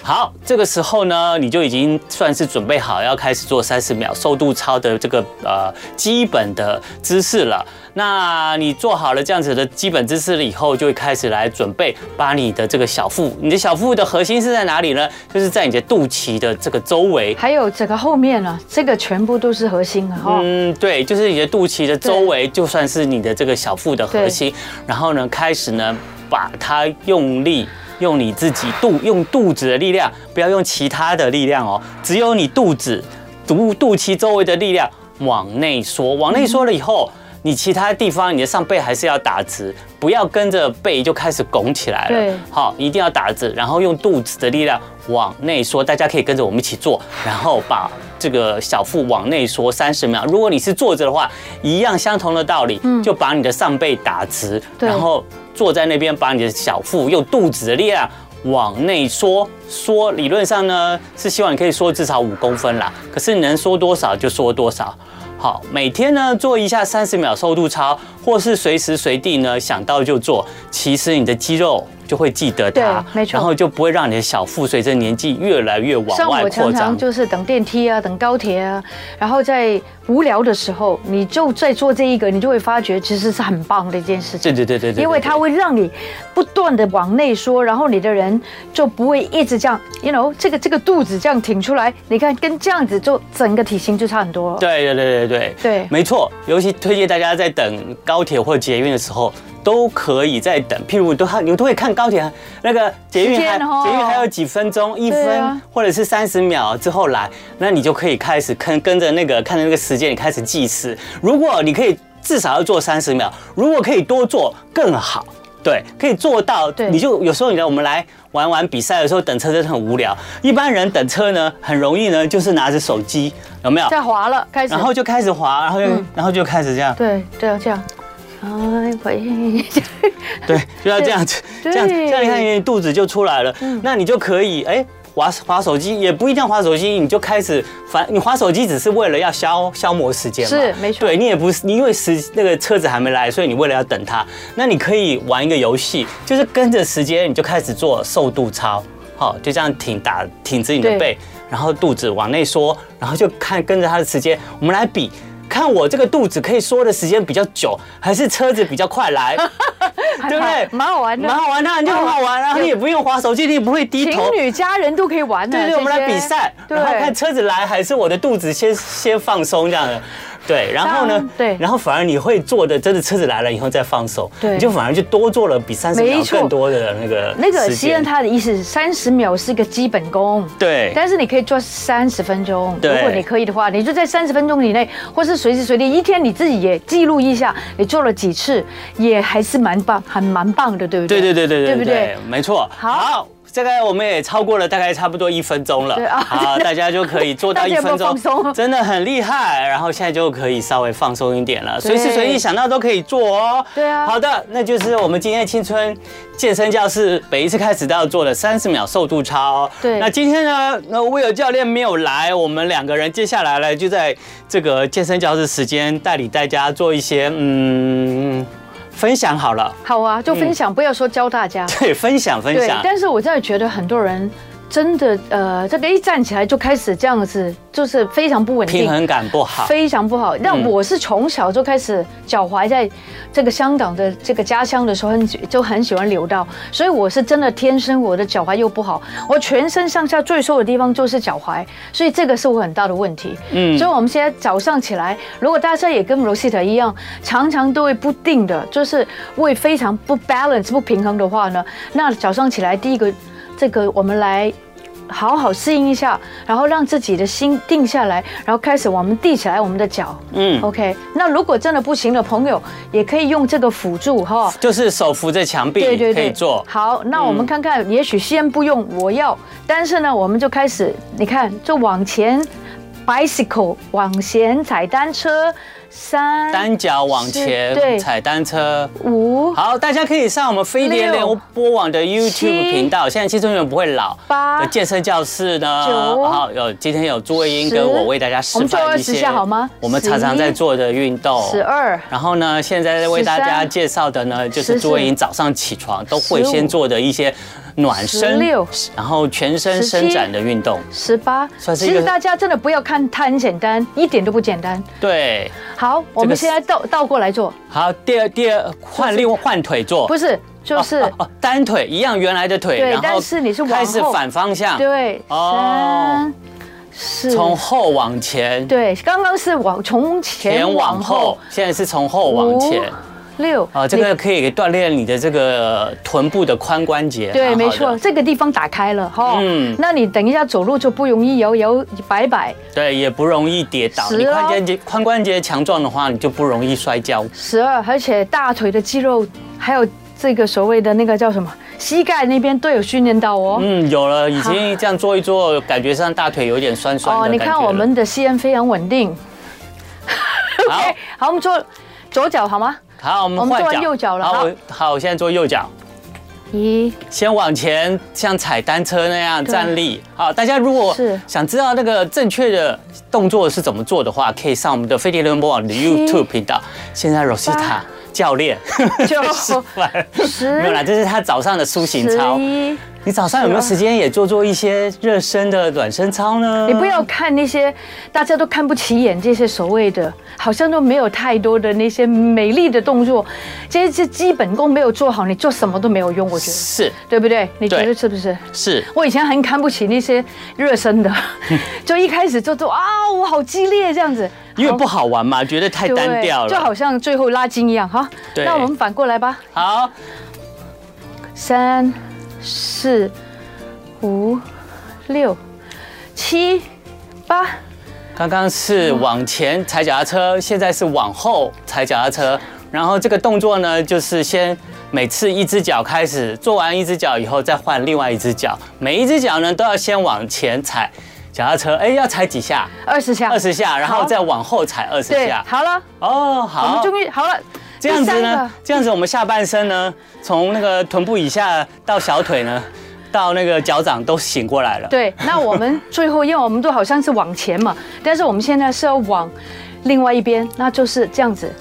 Speaker 3: 好，这个时候呢，你就已经算是准备好要开始做三十秒瘦肚操的这个呃基本的姿势了。那你做好了这样子的基本姿势了以后，就会开始来准备把你的这个小腹，你的小腹的核心是在哪里呢？就是在你的肚脐的这个周围。
Speaker 2: 还有整个后面啊，这个全部都是核心啊，哈、
Speaker 3: 嗯，对，就是你的肚脐的周围，就算是你的这个小腹的核心。然后呢，开始呢，把它用力，用你自己肚，用肚子的力量，不要用其他的力量哦，只有你肚子、肚肚脐周围的力量往内缩，往内缩了以后。你其他地方，你的上背还是要打直，不要跟着背就开始拱起来
Speaker 2: 对
Speaker 3: 了。好，一定要打直，然后用肚子的力量往内缩。大家可以跟着我们一起做，然后把这个小腹往内缩三十秒。如果你是坐着的话，一样相同的道理，就把你的上背打直，
Speaker 2: 对
Speaker 3: 然后坐在那边，把你的小腹用肚子的力量。往内缩，缩理论上呢是希望你可以缩至少五公分啦，可是你能缩多少就缩多少。好，每天呢做一下三十秒瘦肚操，或是随时随地呢想到就做，其实你的肌肉就会记得它，
Speaker 2: 对没错
Speaker 3: 然后就不会让你的小腹随着年纪越来越往
Speaker 2: 像我
Speaker 3: 外扩
Speaker 2: 常常
Speaker 3: 张。
Speaker 2: 就是等电梯啊，等高铁啊，然后在无聊的时候，你就在做这一个，你就会发觉其实是很棒的一件事
Speaker 3: 对
Speaker 2: 情。
Speaker 3: 对对对对，
Speaker 2: 因为
Speaker 3: 对
Speaker 2: 它会让你不断的往内缩，然后你的人就不会一直这样，you know，这个这个肚子这样挺出来，你看跟这样子就整个体型就差很多了。
Speaker 3: 对对对对对
Speaker 2: 对
Speaker 3: 没错。尤其推荐大家在等高铁或捷运的时候，都可以在等。譬如都看，你都会看高铁那个捷运
Speaker 2: 时间
Speaker 3: 还、
Speaker 2: 哦
Speaker 3: 捷运还有几分钟，一
Speaker 2: 对
Speaker 3: 分、
Speaker 2: 啊
Speaker 3: 或者是三十秒之后来，那你就可以开始跟跟着那个看着那个时间，你开始计时。如果你可以至少要做三十秒，如果可以多做更好。对，可以做到。
Speaker 2: 对
Speaker 3: 你就有时候你来我们来玩玩比赛的时候，等车真的很无聊。一般人等车呢，很容易呢，就是拿着手机，有没有？
Speaker 2: 再滑了，开始，嗯
Speaker 3: 然后就开始滑，然后就、然后就开始这样，
Speaker 2: 对，这样这样，哎喂，
Speaker 3: 对，就要这样子，
Speaker 2: 对嗯
Speaker 3: 这样这样你看你肚子就出来了，那你就可以哎。滑滑手机也不一定要滑手机，你就开始反你滑手机只是为了要消消磨时间嘛，
Speaker 2: 是没错
Speaker 3: 对你也不是，你因为时那个车子还没来，所以你为了要等它，那你可以玩一个游戏，就是跟着时间你就开始做瘦肚操，好，就这样挺打挺直你的
Speaker 2: 对
Speaker 3: 背，然后肚子往内缩，然后就看跟着它的时间，我们来比，看我这个肚子可以缩的时间比较久，还是车子比较快来。 对不对？
Speaker 2: 蛮好玩的
Speaker 3: 蛮好玩的，你就很好玩，然后你也不用划手机，你也不会低
Speaker 2: 情
Speaker 3: 头。
Speaker 2: 侣家人都可以玩的。
Speaker 3: 对对，
Speaker 2: 这
Speaker 3: 我们来
Speaker 2: 些
Speaker 3: 比赛，
Speaker 2: 对
Speaker 3: 然后看车子来还是我的肚子先先放松这样的。对，然后
Speaker 2: 当
Speaker 3: 呢
Speaker 2: 然？对
Speaker 3: 然后反而你会做的，真的车子来了以后再放手，
Speaker 2: 对
Speaker 3: 你就反而就多做了比三十秒
Speaker 2: 没错
Speaker 3: 更多的那个
Speaker 2: 那个
Speaker 3: 时
Speaker 2: 西恩
Speaker 3: 间。
Speaker 2: 他的意思，三十秒是一个基本功。
Speaker 3: 对
Speaker 2: 但是你可以做三十分钟，如
Speaker 3: 对
Speaker 2: 果你可以的话，你就在三十分钟以内，或是随时随地一天你自己也记录一下你做了几次，也还是蛮棒，还蛮棒的，对不对？
Speaker 3: 对对对对嗯
Speaker 2: 对
Speaker 3: 对
Speaker 2: 不
Speaker 3: 对
Speaker 2: 对
Speaker 3: 对？，没错。
Speaker 2: 好
Speaker 3: 这个我们也超过了大概差不多一分钟了
Speaker 2: 对啊，
Speaker 3: 好，大家就可以做到
Speaker 2: 大
Speaker 3: 一
Speaker 2: 家有没有
Speaker 3: 分钟
Speaker 2: 放松，
Speaker 3: 真的很厉害。然后现在就可以稍微放松一点了，
Speaker 2: 对
Speaker 3: 随时随地想到都可以做哦。
Speaker 2: 对啊
Speaker 3: 好的，那就是我们今天的青春健身教室每一次开始都要做的三十秒瘦肚操。
Speaker 2: 对
Speaker 3: 那今天呢，那威尔教练没有来，我们两个人接下来呢就在这个健身教室时间带领大家做一些嗯分享好了，
Speaker 2: 好啊，就分享，不要说教大家。
Speaker 3: 对，分享分
Speaker 2: 对
Speaker 3: 享，。
Speaker 2: 但是我真的觉得很多人真的，呃，这个一站起来就开始这样子，就是非常不稳定啊
Speaker 3: 平。衡感不好。
Speaker 2: 非常不好。那
Speaker 3: 嗯
Speaker 2: 我是从小就开始脚踝在这个香港的这个家乡的时候，很喜就很喜欢流到，所以我是真的天生我的脚踝又不好，我全身上下最瘦的地方就是脚踝，所以这个是我很大的问题。嗯，所以我们现在早上起来，如果大家也跟 Rosita 一样，常常都会不定的，就是会非常不 balance 不平衡的话呢，那早上起来第一个，这个我们来好好适应一下，然后让自己的心定下来，然后开始我们递起来我们的脚。
Speaker 3: 嗯，
Speaker 2: OK，那如果真的不行的朋友，也可以用这个辅助哈。
Speaker 3: 就是手扶着墙壁
Speaker 2: 对对
Speaker 3: 可
Speaker 2: 对，
Speaker 3: 以做。嗯
Speaker 2: 好，那我们看看，也许先不用，我要，但是呢，我们就开始，你看，就往前，bicycle，往前踩单车，三
Speaker 3: 单脚往
Speaker 2: 是对
Speaker 3: 前踩单车，
Speaker 2: 五
Speaker 3: 好，大家可以上我们飞碟
Speaker 2: 六
Speaker 3: 联播网的
Speaker 2: 七
Speaker 3: YouTube 频道。现在青春永远不会老
Speaker 2: 八
Speaker 3: 的健身教室呢，
Speaker 2: 九
Speaker 3: 好有今天有朱慧英
Speaker 2: 十
Speaker 3: 跟我为大家示
Speaker 2: 我们做
Speaker 3: 范
Speaker 2: 20
Speaker 3: 一些
Speaker 2: 下好吗
Speaker 3: 我们常常
Speaker 2: 十一
Speaker 3: 在做的运动。
Speaker 2: 十二
Speaker 3: 然后呢，现在为大家
Speaker 2: 13
Speaker 3: 介绍的呢，就是
Speaker 2: 14
Speaker 3: 朱慧莹早上起床都会
Speaker 2: 15
Speaker 3: 先做的一些暖身
Speaker 2: 16，
Speaker 3: 然后全身
Speaker 2: 17
Speaker 3: 伸展的运动。
Speaker 2: 十八，
Speaker 3: 算是一
Speaker 2: 其
Speaker 3: 个
Speaker 2: 实大家真的不要看它很简单，一点都不简单。
Speaker 3: 对，
Speaker 2: 好，我们
Speaker 3: 是
Speaker 2: 现在倒倒过来做，
Speaker 3: 好，第二第二换另外换腿做，
Speaker 2: 不是，就是。
Speaker 3: 哦哦单腿一样原来的腿，
Speaker 2: 对
Speaker 3: 然后
Speaker 2: 但是你是往后
Speaker 3: 开始反方向，
Speaker 2: 对，
Speaker 3: 哦
Speaker 2: 三、四，
Speaker 3: 从后往前，
Speaker 2: 对，刚刚是往从前
Speaker 3: 前往
Speaker 2: 往
Speaker 3: 后
Speaker 2: 后，，
Speaker 3: 现在是从后往前。
Speaker 2: 五六
Speaker 3: 哦，这个可以锻炼你的这个臀部的髋关节，蛮
Speaker 2: 对，
Speaker 3: 好的
Speaker 2: 没错，，这个地方打开了哈。
Speaker 3: 嗯
Speaker 2: 那你等一下走路就不容易摇摇摆摆。
Speaker 3: 对，也不容易跌倒。
Speaker 2: 十哦
Speaker 3: 你髋关节髋关节强壮的话，你就不容易摔跤。
Speaker 2: 十二，而且大腿的肌肉还有这个所谓的那个叫什么膝盖那边都有训练到哦。
Speaker 3: 嗯，有了，已经这样做一做，感觉上大腿有点酸酸的
Speaker 2: 哦，
Speaker 3: 感
Speaker 2: 你
Speaker 3: 觉了
Speaker 2: 看我们的吸恩非常稳定。
Speaker 3: 好
Speaker 2: OK，好，我们做左脚好吗？
Speaker 3: 好，我
Speaker 2: 我们
Speaker 3: 们换
Speaker 2: 做
Speaker 3: 脚。
Speaker 2: 完右脚了
Speaker 3: 好，
Speaker 2: 好
Speaker 3: 我好，我现在做右脚。
Speaker 2: 一，
Speaker 3: 先往前，像踩单车那样
Speaker 2: 对
Speaker 3: 站立。好，大家如果
Speaker 2: 是
Speaker 3: 想知道那个正确的动作是怎么做的话，可以上我们的飞碟联播网的
Speaker 2: 七
Speaker 3: YouTube 频道。现在 Rosita 教练
Speaker 2: 九
Speaker 3: 示范，
Speaker 2: 十
Speaker 3: 没有啦，这是他早上的苏醒
Speaker 2: 十
Speaker 3: 操。嗯
Speaker 2: 一。
Speaker 3: 你早上有没有时间也做做一些热身的暖身操呢？
Speaker 2: 你不要看那些大家都看不起眼这些所谓的，好像都没有太多的那些美丽的动作，这些基本功没有做好，你做什么都没有用，我觉得，
Speaker 3: 是
Speaker 2: 对不对？你觉得
Speaker 3: 对
Speaker 2: 是不是？
Speaker 3: 是，
Speaker 2: 我以前很看不起那些热身 的，就一开始就做啊，我好激烈这样子，
Speaker 3: 因为不
Speaker 2: 好
Speaker 3: 好玩嘛，觉得太单调
Speaker 2: 对就
Speaker 3: 了。
Speaker 2: 好像最后拉筋一样哈。
Speaker 3: 对
Speaker 2: 那我们反过来吧，
Speaker 3: 好，
Speaker 2: 三、四、五、六、七、八。
Speaker 3: 刚刚是往前踩脚踏车，现在是往后踩脚踏车。然后这个动作呢，就是先每次一只脚开始，做完一只脚以后再换另外一只脚，每一只脚呢都要先往前踩脚踏车，哎，要踩几下？
Speaker 2: 二十下，
Speaker 3: 二十下，然后
Speaker 2: 啊好
Speaker 3: 再往后踩二十
Speaker 2: 对，
Speaker 3: 下。
Speaker 2: 好了，
Speaker 3: 哦，
Speaker 2: 我们
Speaker 3: 好，
Speaker 2: 终于好了。
Speaker 3: 这样子
Speaker 2: 第三个
Speaker 3: 呢，这样子我们下半身呢，从那个臀部以下到小腿呢，到那个脚掌都醒过来了。
Speaker 2: 对，那我们最后，因为我们都好像是往前嘛，但是我们现在是要往另外一边，那就是这样子，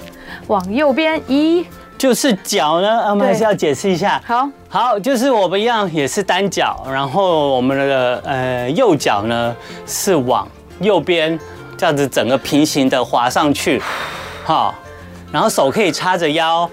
Speaker 2: 往右边一，
Speaker 3: 就是脚呢，啊我们
Speaker 2: 对
Speaker 3: 还是要解释一下。
Speaker 2: 好，
Speaker 3: 好，就是我们一样也是单脚，然后我们的呃右脚呢是往右边这样子整个平行的滑上去，好，然后手可以叉着腰，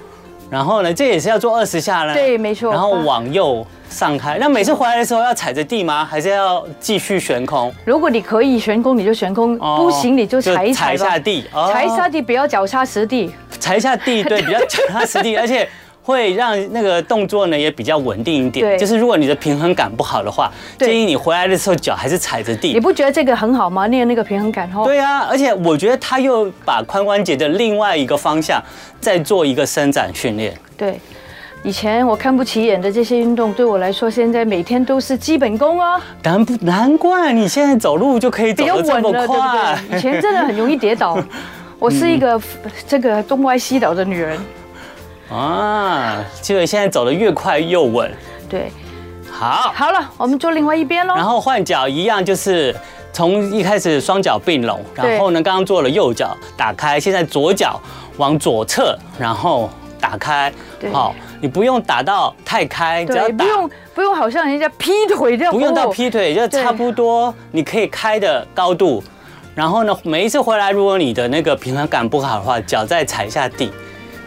Speaker 3: 然后呢这也是要做二十下呢。
Speaker 2: 对没错
Speaker 3: 然后往右上开，那每次回来的时候要踩着地吗？还是要继续悬空？
Speaker 2: 如果你可以悬空，你就悬空，
Speaker 3: 哦
Speaker 2: 不行你就踩一踩
Speaker 3: 就
Speaker 2: 吧，
Speaker 3: 踩下地哦
Speaker 2: 踩下地，不要脚踏实地。
Speaker 3: 踩一下地，对，比较脚踏实地，而且会让那个动作呢也比较稳定一
Speaker 2: 对
Speaker 3: 点。就是如果你的平衡感不好的话，
Speaker 2: 对
Speaker 3: 建议你回来的时候脚还是踩着
Speaker 2: 你
Speaker 3: 地。
Speaker 2: 不觉得这个很好吗？练那个平衡感哦。
Speaker 3: 对啊，而且我觉得他又把髋关节的另外一个方向再做一个伸展训练。
Speaker 2: 对，以前我看不起眼的这些运动，对我来说现在每天都是基本功哦，
Speaker 3: 难不难怪你现在走路就可以走
Speaker 2: 比较
Speaker 3: 得这
Speaker 2: 稳
Speaker 3: 么
Speaker 2: 了，对
Speaker 3: 快嗯
Speaker 2: 不？对？以前真的很容易跌 倒。我是一个这个东歪西倒的女人，
Speaker 3: 啊，结果现在走得越快又稳。
Speaker 2: 对。
Speaker 3: 好，
Speaker 2: 好了，我们坐另外一边喽。
Speaker 3: 然后换脚一样，就是从一开始双脚并拢，
Speaker 2: 对
Speaker 3: 然后呢，刚刚做了右脚打开，现在左脚往左侧，然后打开
Speaker 2: 对。
Speaker 3: 好，你不用打到太开，只要
Speaker 2: 对，
Speaker 3: 打
Speaker 2: 不用不用，好像人家劈腿这样。
Speaker 3: 不用到
Speaker 2: 哦
Speaker 3: 劈腿，就
Speaker 2: 对
Speaker 3: 差不多你可以开的高度。然后呢，每一次回来，如果你的那个平衡感不好的话，脚再踩一下地，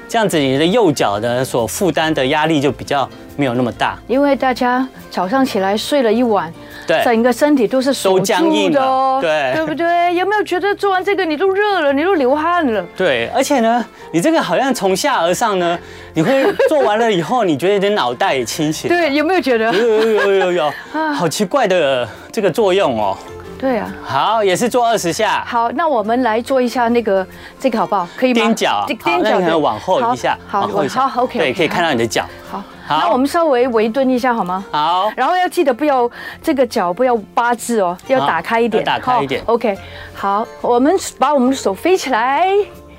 Speaker 3: 这样子你的右脚的所负担的压力就比较没有那么大。
Speaker 2: 因为大家早上起来睡了一晚，
Speaker 3: 对
Speaker 2: 整个身体都是锁
Speaker 3: 都僵
Speaker 2: 住
Speaker 3: 硬
Speaker 2: 的
Speaker 3: 了
Speaker 2: 哦，
Speaker 3: 对
Speaker 2: 对不对？有没有觉得做完这个你都热了，你都流汗了？
Speaker 3: 对，而且呢，你这个好像从下而上呢，你会做完了以后，你觉得你的脑袋也清醒。
Speaker 2: 对，啊有没有觉得？
Speaker 3: 有有有 有有，好奇怪的这个作用哦。
Speaker 2: 对啊。
Speaker 3: 好，也是做二十下，
Speaker 2: 好，那我们来做一下那个这个好不好？可以吗？
Speaker 3: 踮脚，
Speaker 2: 这个
Speaker 3: 好
Speaker 2: 踮脚
Speaker 3: 那你可
Speaker 2: 对
Speaker 3: 能往后一下，
Speaker 2: 好
Speaker 3: 往后一
Speaker 2: 好
Speaker 3: 下，
Speaker 2: 好，OK，
Speaker 3: 对，可以看到你的脚。
Speaker 2: 好。
Speaker 3: 好
Speaker 2: 那我们稍微围蹲一下好吗？
Speaker 3: 好，
Speaker 2: 然后要记得不要这个脚不要八字哦，要
Speaker 3: 好
Speaker 2: 打开一点，
Speaker 3: 要打开一点
Speaker 2: 哦 OK，好，我们把我们的手飞起来，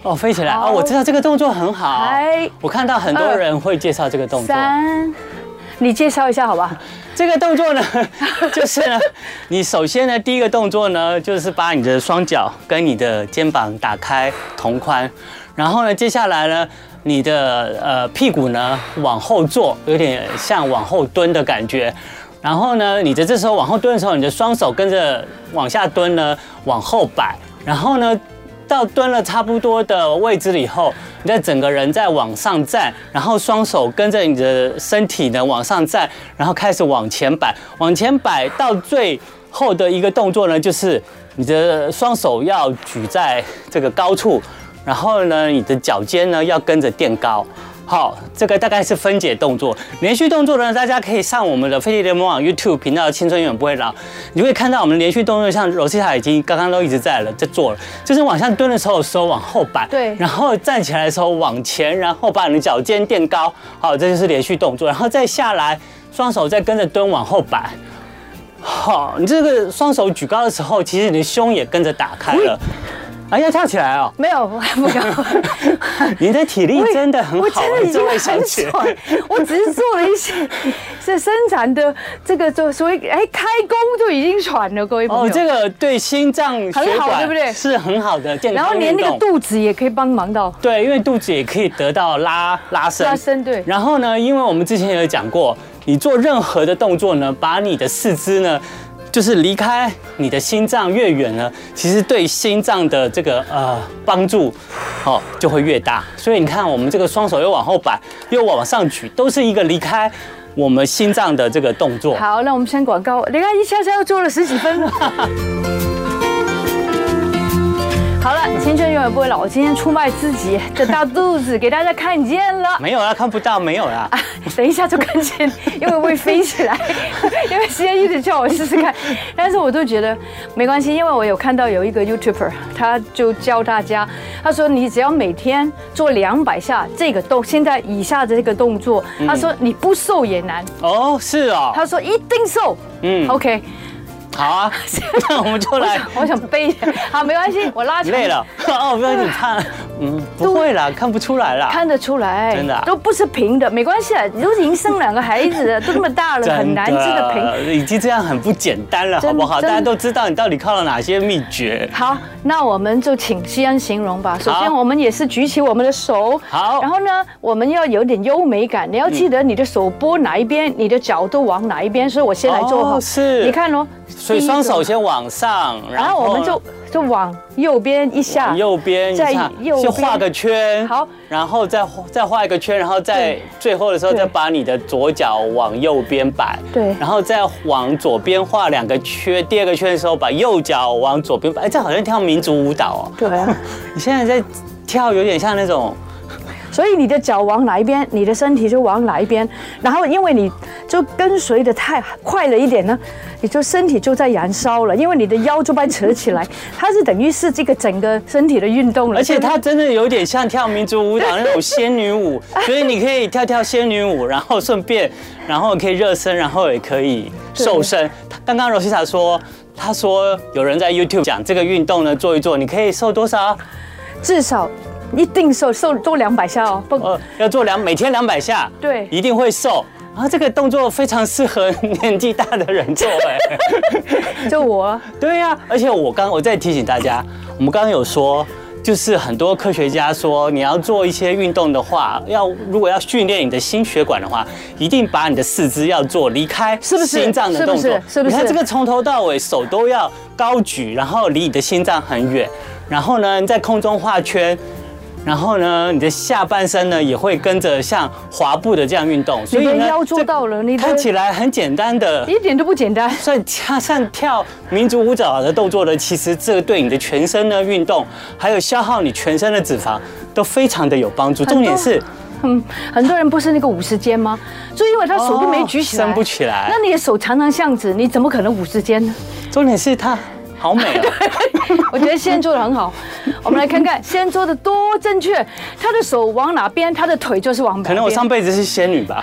Speaker 3: 哦，飞起来
Speaker 2: 好
Speaker 3: 哦，我知道这个动作很好
Speaker 2: 来，
Speaker 3: 我看到很多人会介绍这个动作。
Speaker 2: 三，你介绍一下好吧？
Speaker 3: 这个动作呢， 就是呢，你首先呢，第一个动作呢，就是把你的双脚跟你的肩膀打开同宽，然后呢，接下来呢，你的呃屁股呢往后坐，有点像往后蹲的感觉。然后呢，你的这时候往后蹲的时候，你的双手跟着往下蹲呢，往后摆，然后呢，到蹲了差不多的位置了以后，你再整个人再往上站，然后双手跟着你的身体呢往上站，然后开始往前摆，往前摆到最后的一个动作呢，就是你的双手要举在这个高处，然后呢，你的脚尖呢要跟着垫高。好，这个大概是分解动作。连续动作呢，大家可以上我们的飞碟联盟网 YouTube 频道“青春永远不会老”，你会看到我们连续动作，像罗西塔已经刚刚都一直在了，在做了，就是往上蹲的时候手往后摆，
Speaker 2: 对
Speaker 3: 然后站起来的时候往前，然后把你的脚尖垫高，好，这就是连续动作，然后再下来，双手再跟着蹲往后摆。好，你这个双手举高的时候，其实你的胸也跟着打开了。哎，要跳起来哦！
Speaker 2: 没有，不敢。
Speaker 3: 你的体力
Speaker 2: 我
Speaker 3: 真的很
Speaker 2: 我
Speaker 3: 好，啊
Speaker 2: 真的已
Speaker 3: 这
Speaker 2: 经
Speaker 3: 位小
Speaker 2: 很
Speaker 3: 姐。
Speaker 2: 爽，我只是做了一些这伸展的这个做，所以哎，开工就已经喘了，各位朋友。
Speaker 3: 哦，这个对心脏血
Speaker 2: 很好
Speaker 3: 管
Speaker 2: 对不对
Speaker 3: 是很好的健
Speaker 2: 然后
Speaker 3: 康
Speaker 2: 连
Speaker 3: 运
Speaker 2: 那个
Speaker 3: 动。
Speaker 2: 肚子也可以帮忙到，
Speaker 3: 对，因为肚子也可以得到拉拉伸。
Speaker 2: 拉伸对
Speaker 3: 然后呢，因为我们之前有讲过，你做任何的动作呢，把你的四肢呢。就是离开你的心脏越远呢，其实对心脏的这个呃帮助，哦就会越大。所以你看，我们这个双手又往后摆，又往上举，都是一个离开我们心脏的这个动作。
Speaker 2: 好，那我们先广告。你看一下下又做了 十几分钟。好了，青春永远不会老。我今天出卖自己的大肚子给大家看见 了。
Speaker 3: 没有啦，看不到，没有 啊啦。
Speaker 2: 等一下就看见，因为会飞起来， 因为现在一直叫我试试看，但是我都觉得没关系，因为我有看到有一个 YouTuber，他就教大家，他说你只要每天做两百下这个动，现在以下的这个动作，他说你不瘦也难，
Speaker 3: 哦，是哦。
Speaker 2: 他说一定瘦，嗯
Speaker 3: 嗯
Speaker 2: ，OK，
Speaker 3: 好啊， 那我们就
Speaker 2: 我
Speaker 3: 来
Speaker 2: 想。我想背，好没关系，我拉长
Speaker 3: 累了，哦，不要你怕嗯，不会啦，看不出来啦，
Speaker 2: 看得出来，
Speaker 3: 真的啊
Speaker 2: 都不是平的，没关系啊，都已经生两个孩子 了，都这么大了，
Speaker 3: 真的
Speaker 2: 很难真的平。
Speaker 3: 已经这样很不简单了，
Speaker 2: 真
Speaker 3: 好不好？
Speaker 2: 真
Speaker 3: 大
Speaker 2: 的
Speaker 3: 家都知道你到底靠了哪些秘诀。
Speaker 2: 好，那我们就请西安形容吧。首先，
Speaker 3: 好
Speaker 2: 我们也是举起我们的手，
Speaker 3: 好嗯
Speaker 2: 然后呢，我们要有点优美感。你要记得你的手拨哪一边，你的角度往哪一边。所以我先来做好，
Speaker 3: 哦是
Speaker 2: 你看哦，
Speaker 3: 所以
Speaker 2: 第一个
Speaker 3: 双手，先往上，
Speaker 2: 然后我们就就往右边一下，
Speaker 3: 往右边一
Speaker 2: 在
Speaker 3: 下，
Speaker 2: 右边
Speaker 3: 就画个圈，
Speaker 2: 好，
Speaker 3: 然后再再画一个圈，然后在
Speaker 2: 对
Speaker 3: 最后的时候
Speaker 2: 对
Speaker 3: 再把你的左脚往右边摆，
Speaker 2: 对
Speaker 3: 然后再往左边画两个圈，第二个圈的时候把右脚往左边摆，哎，这好像跳民族舞蹈哦，
Speaker 2: 对啊。
Speaker 3: 你现在在跳有点像那种，
Speaker 2: 所以你的脚往哪一边，你的身体就往哪一边。然后因为你就跟随的太快了一点呢，你就身体就在燃烧了，因为你的腰就被扯起 来，它是等于是这个整个身体的运动了。
Speaker 3: 而且
Speaker 2: 对不对
Speaker 3: 它真的有点像跳民族舞蹈那种仙女舞，所以你可以跳跳仙女舞，然后顺便，然后可以热身，然后也可以瘦身。她刚刚 Rosita 说，她说有人在 YouTube 讲这个运动呢，做一做，你可以瘦多少？
Speaker 2: 至少一定瘦瘦多两百下哦，不
Speaker 3: 呃，要做两每天两百下，
Speaker 2: 对
Speaker 3: 一定会瘦。然后这个动作非常适合年纪大的人做、哎。
Speaker 2: 就我
Speaker 3: 对
Speaker 2: 啊
Speaker 3: 呀、而且我刚我再提醒大家，我们刚刚有说，就是很多科学家说，你要做一些运动的话，要如果要训练你的心血管的话，一定把你的四肢要做离开
Speaker 2: 是不是
Speaker 3: 心脏的动作。
Speaker 2: 是不是是不是
Speaker 3: 你看这个从头到尾手都要高举，然后离你的心脏很远，然后呢你在空中画圈。然后呢，你的下半身呢也会跟着像滑步的这样运动，所
Speaker 2: 你
Speaker 3: 以
Speaker 2: 的
Speaker 3: 呢，
Speaker 2: 腰做
Speaker 3: 这
Speaker 2: 到了，你的
Speaker 3: 看起来很简单的
Speaker 2: 一点都不简单。
Speaker 3: 所以加上跳民族舞蹈的动作呢，其实这个对你的全身的运动，还有消耗你全身的脂肪，都非常的有帮助。
Speaker 2: 很多
Speaker 3: 重点是
Speaker 2: 嗯，很多人不是那个五十肩吗？就因为他手都没举起来，
Speaker 3: 哦伸不起来
Speaker 2: 那你的手长成这样子，你怎么可能五十肩呢？
Speaker 3: 重点是它 好美哦，
Speaker 2: 我觉得先做的很好，我们来看看先做的多正确。他的手往哪边，他的腿就是往哪边。
Speaker 3: 可能我上辈子是仙女吧。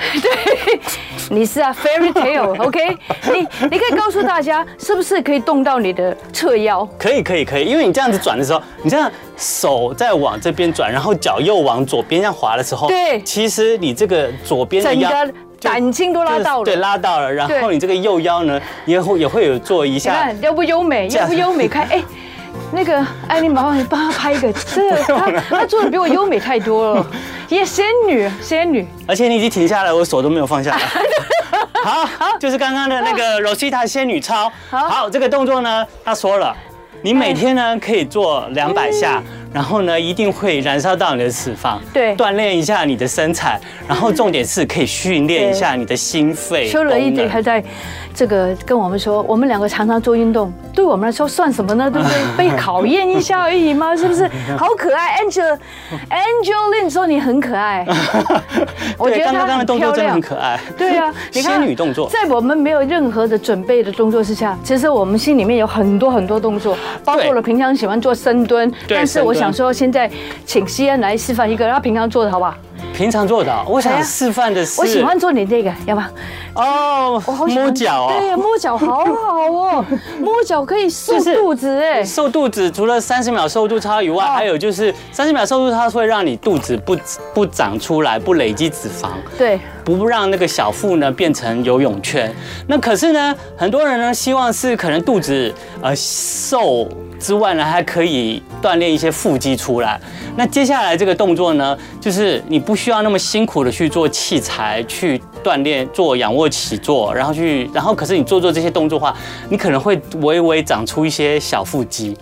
Speaker 2: 你是啊，fairy tale，OK？、你你可以告诉大家，是不是可以动到你的侧腰？
Speaker 3: 可以可以可以，因为你这样子转的时候，你这样手在往这边转，然后脚又往左边这样滑的时候，
Speaker 2: 对
Speaker 3: 其实你这个左边的
Speaker 2: 整
Speaker 3: 腰
Speaker 2: 个
Speaker 3: 就
Speaker 2: 胆经都拉到了
Speaker 3: 对，拉到了，然后
Speaker 2: 对
Speaker 3: 你这个右腰呢，也会也会有做一
Speaker 2: 你
Speaker 3: 下
Speaker 2: 看，要不优美，
Speaker 3: 这
Speaker 2: 要
Speaker 3: 样
Speaker 2: 不优美， 看哎。那个艾琳，麻烦你帮她拍一个，这个她她做的比我优美太多了，也仙女仙女，
Speaker 3: 而且你已经停下来，我手都没有放 下来。好，就是刚刚的那个 Rosita 仙女操。
Speaker 2: 好
Speaker 3: 好，这个动作呢，她说了，你每天呢可以做两百下，然后呢一定会燃烧到你的脂肪，
Speaker 2: 哎对
Speaker 3: 锻炼一下你的身材，然后重点是可以训练一下你的心肺
Speaker 2: 修
Speaker 3: 功
Speaker 2: 了一点，
Speaker 3: 能。
Speaker 2: 还在这个跟我们说，我们两个常常做运动，对我们来说算什么呢？对不对？被考验一下而已 嘛，是不是？好可爱，Angel，Angelin 说你很可 爱，我觉
Speaker 3: 对，
Speaker 2: 得
Speaker 3: 刚刚
Speaker 2: 她
Speaker 3: 刚的
Speaker 2: 很
Speaker 3: 动
Speaker 2: 漂
Speaker 3: 作真的
Speaker 2: 亮
Speaker 3: 很。可爱。
Speaker 2: 对 啊，你看
Speaker 3: 仙女动作。
Speaker 2: 在我们没有任何的准备的动作之下，其实我们心里面有很多很多动作，包括了平常喜欢做深蹲，
Speaker 3: 对
Speaker 2: 但是
Speaker 3: 深
Speaker 2: 我
Speaker 3: 蹲
Speaker 2: 想说，现在请西安来示范一个他平常做的好不好？
Speaker 3: 平常做的哦，我
Speaker 2: 哎
Speaker 3: 想
Speaker 2: 呀
Speaker 3: 示范的是，
Speaker 2: 我喜欢做你这个，要吧？
Speaker 3: 哦
Speaker 2: 我好，喜欢
Speaker 3: 摸脚哦。
Speaker 2: 对，摸脚好好哦，摸脚可以瘦
Speaker 3: 就是
Speaker 2: 肚子哎，
Speaker 3: 瘦肚子除了三十秒瘦肚操以外，
Speaker 2: 哦
Speaker 3: 还有就是三十秒瘦肚操会让你肚子不不长出来，不累积脂肪，
Speaker 2: 对，
Speaker 3: 不让那个小腹呢变成游泳圈。那可是呢，很多人呢希望是可能肚子呃瘦之外呢，还可以锻炼一些腹肌出来。那接下来这个动作呢，就是你不需要那么辛苦的去做器材去锻炼，做仰卧起坐，然后去，然后可是你做做这些动作的话，你可能会微微长出一些小腹肌。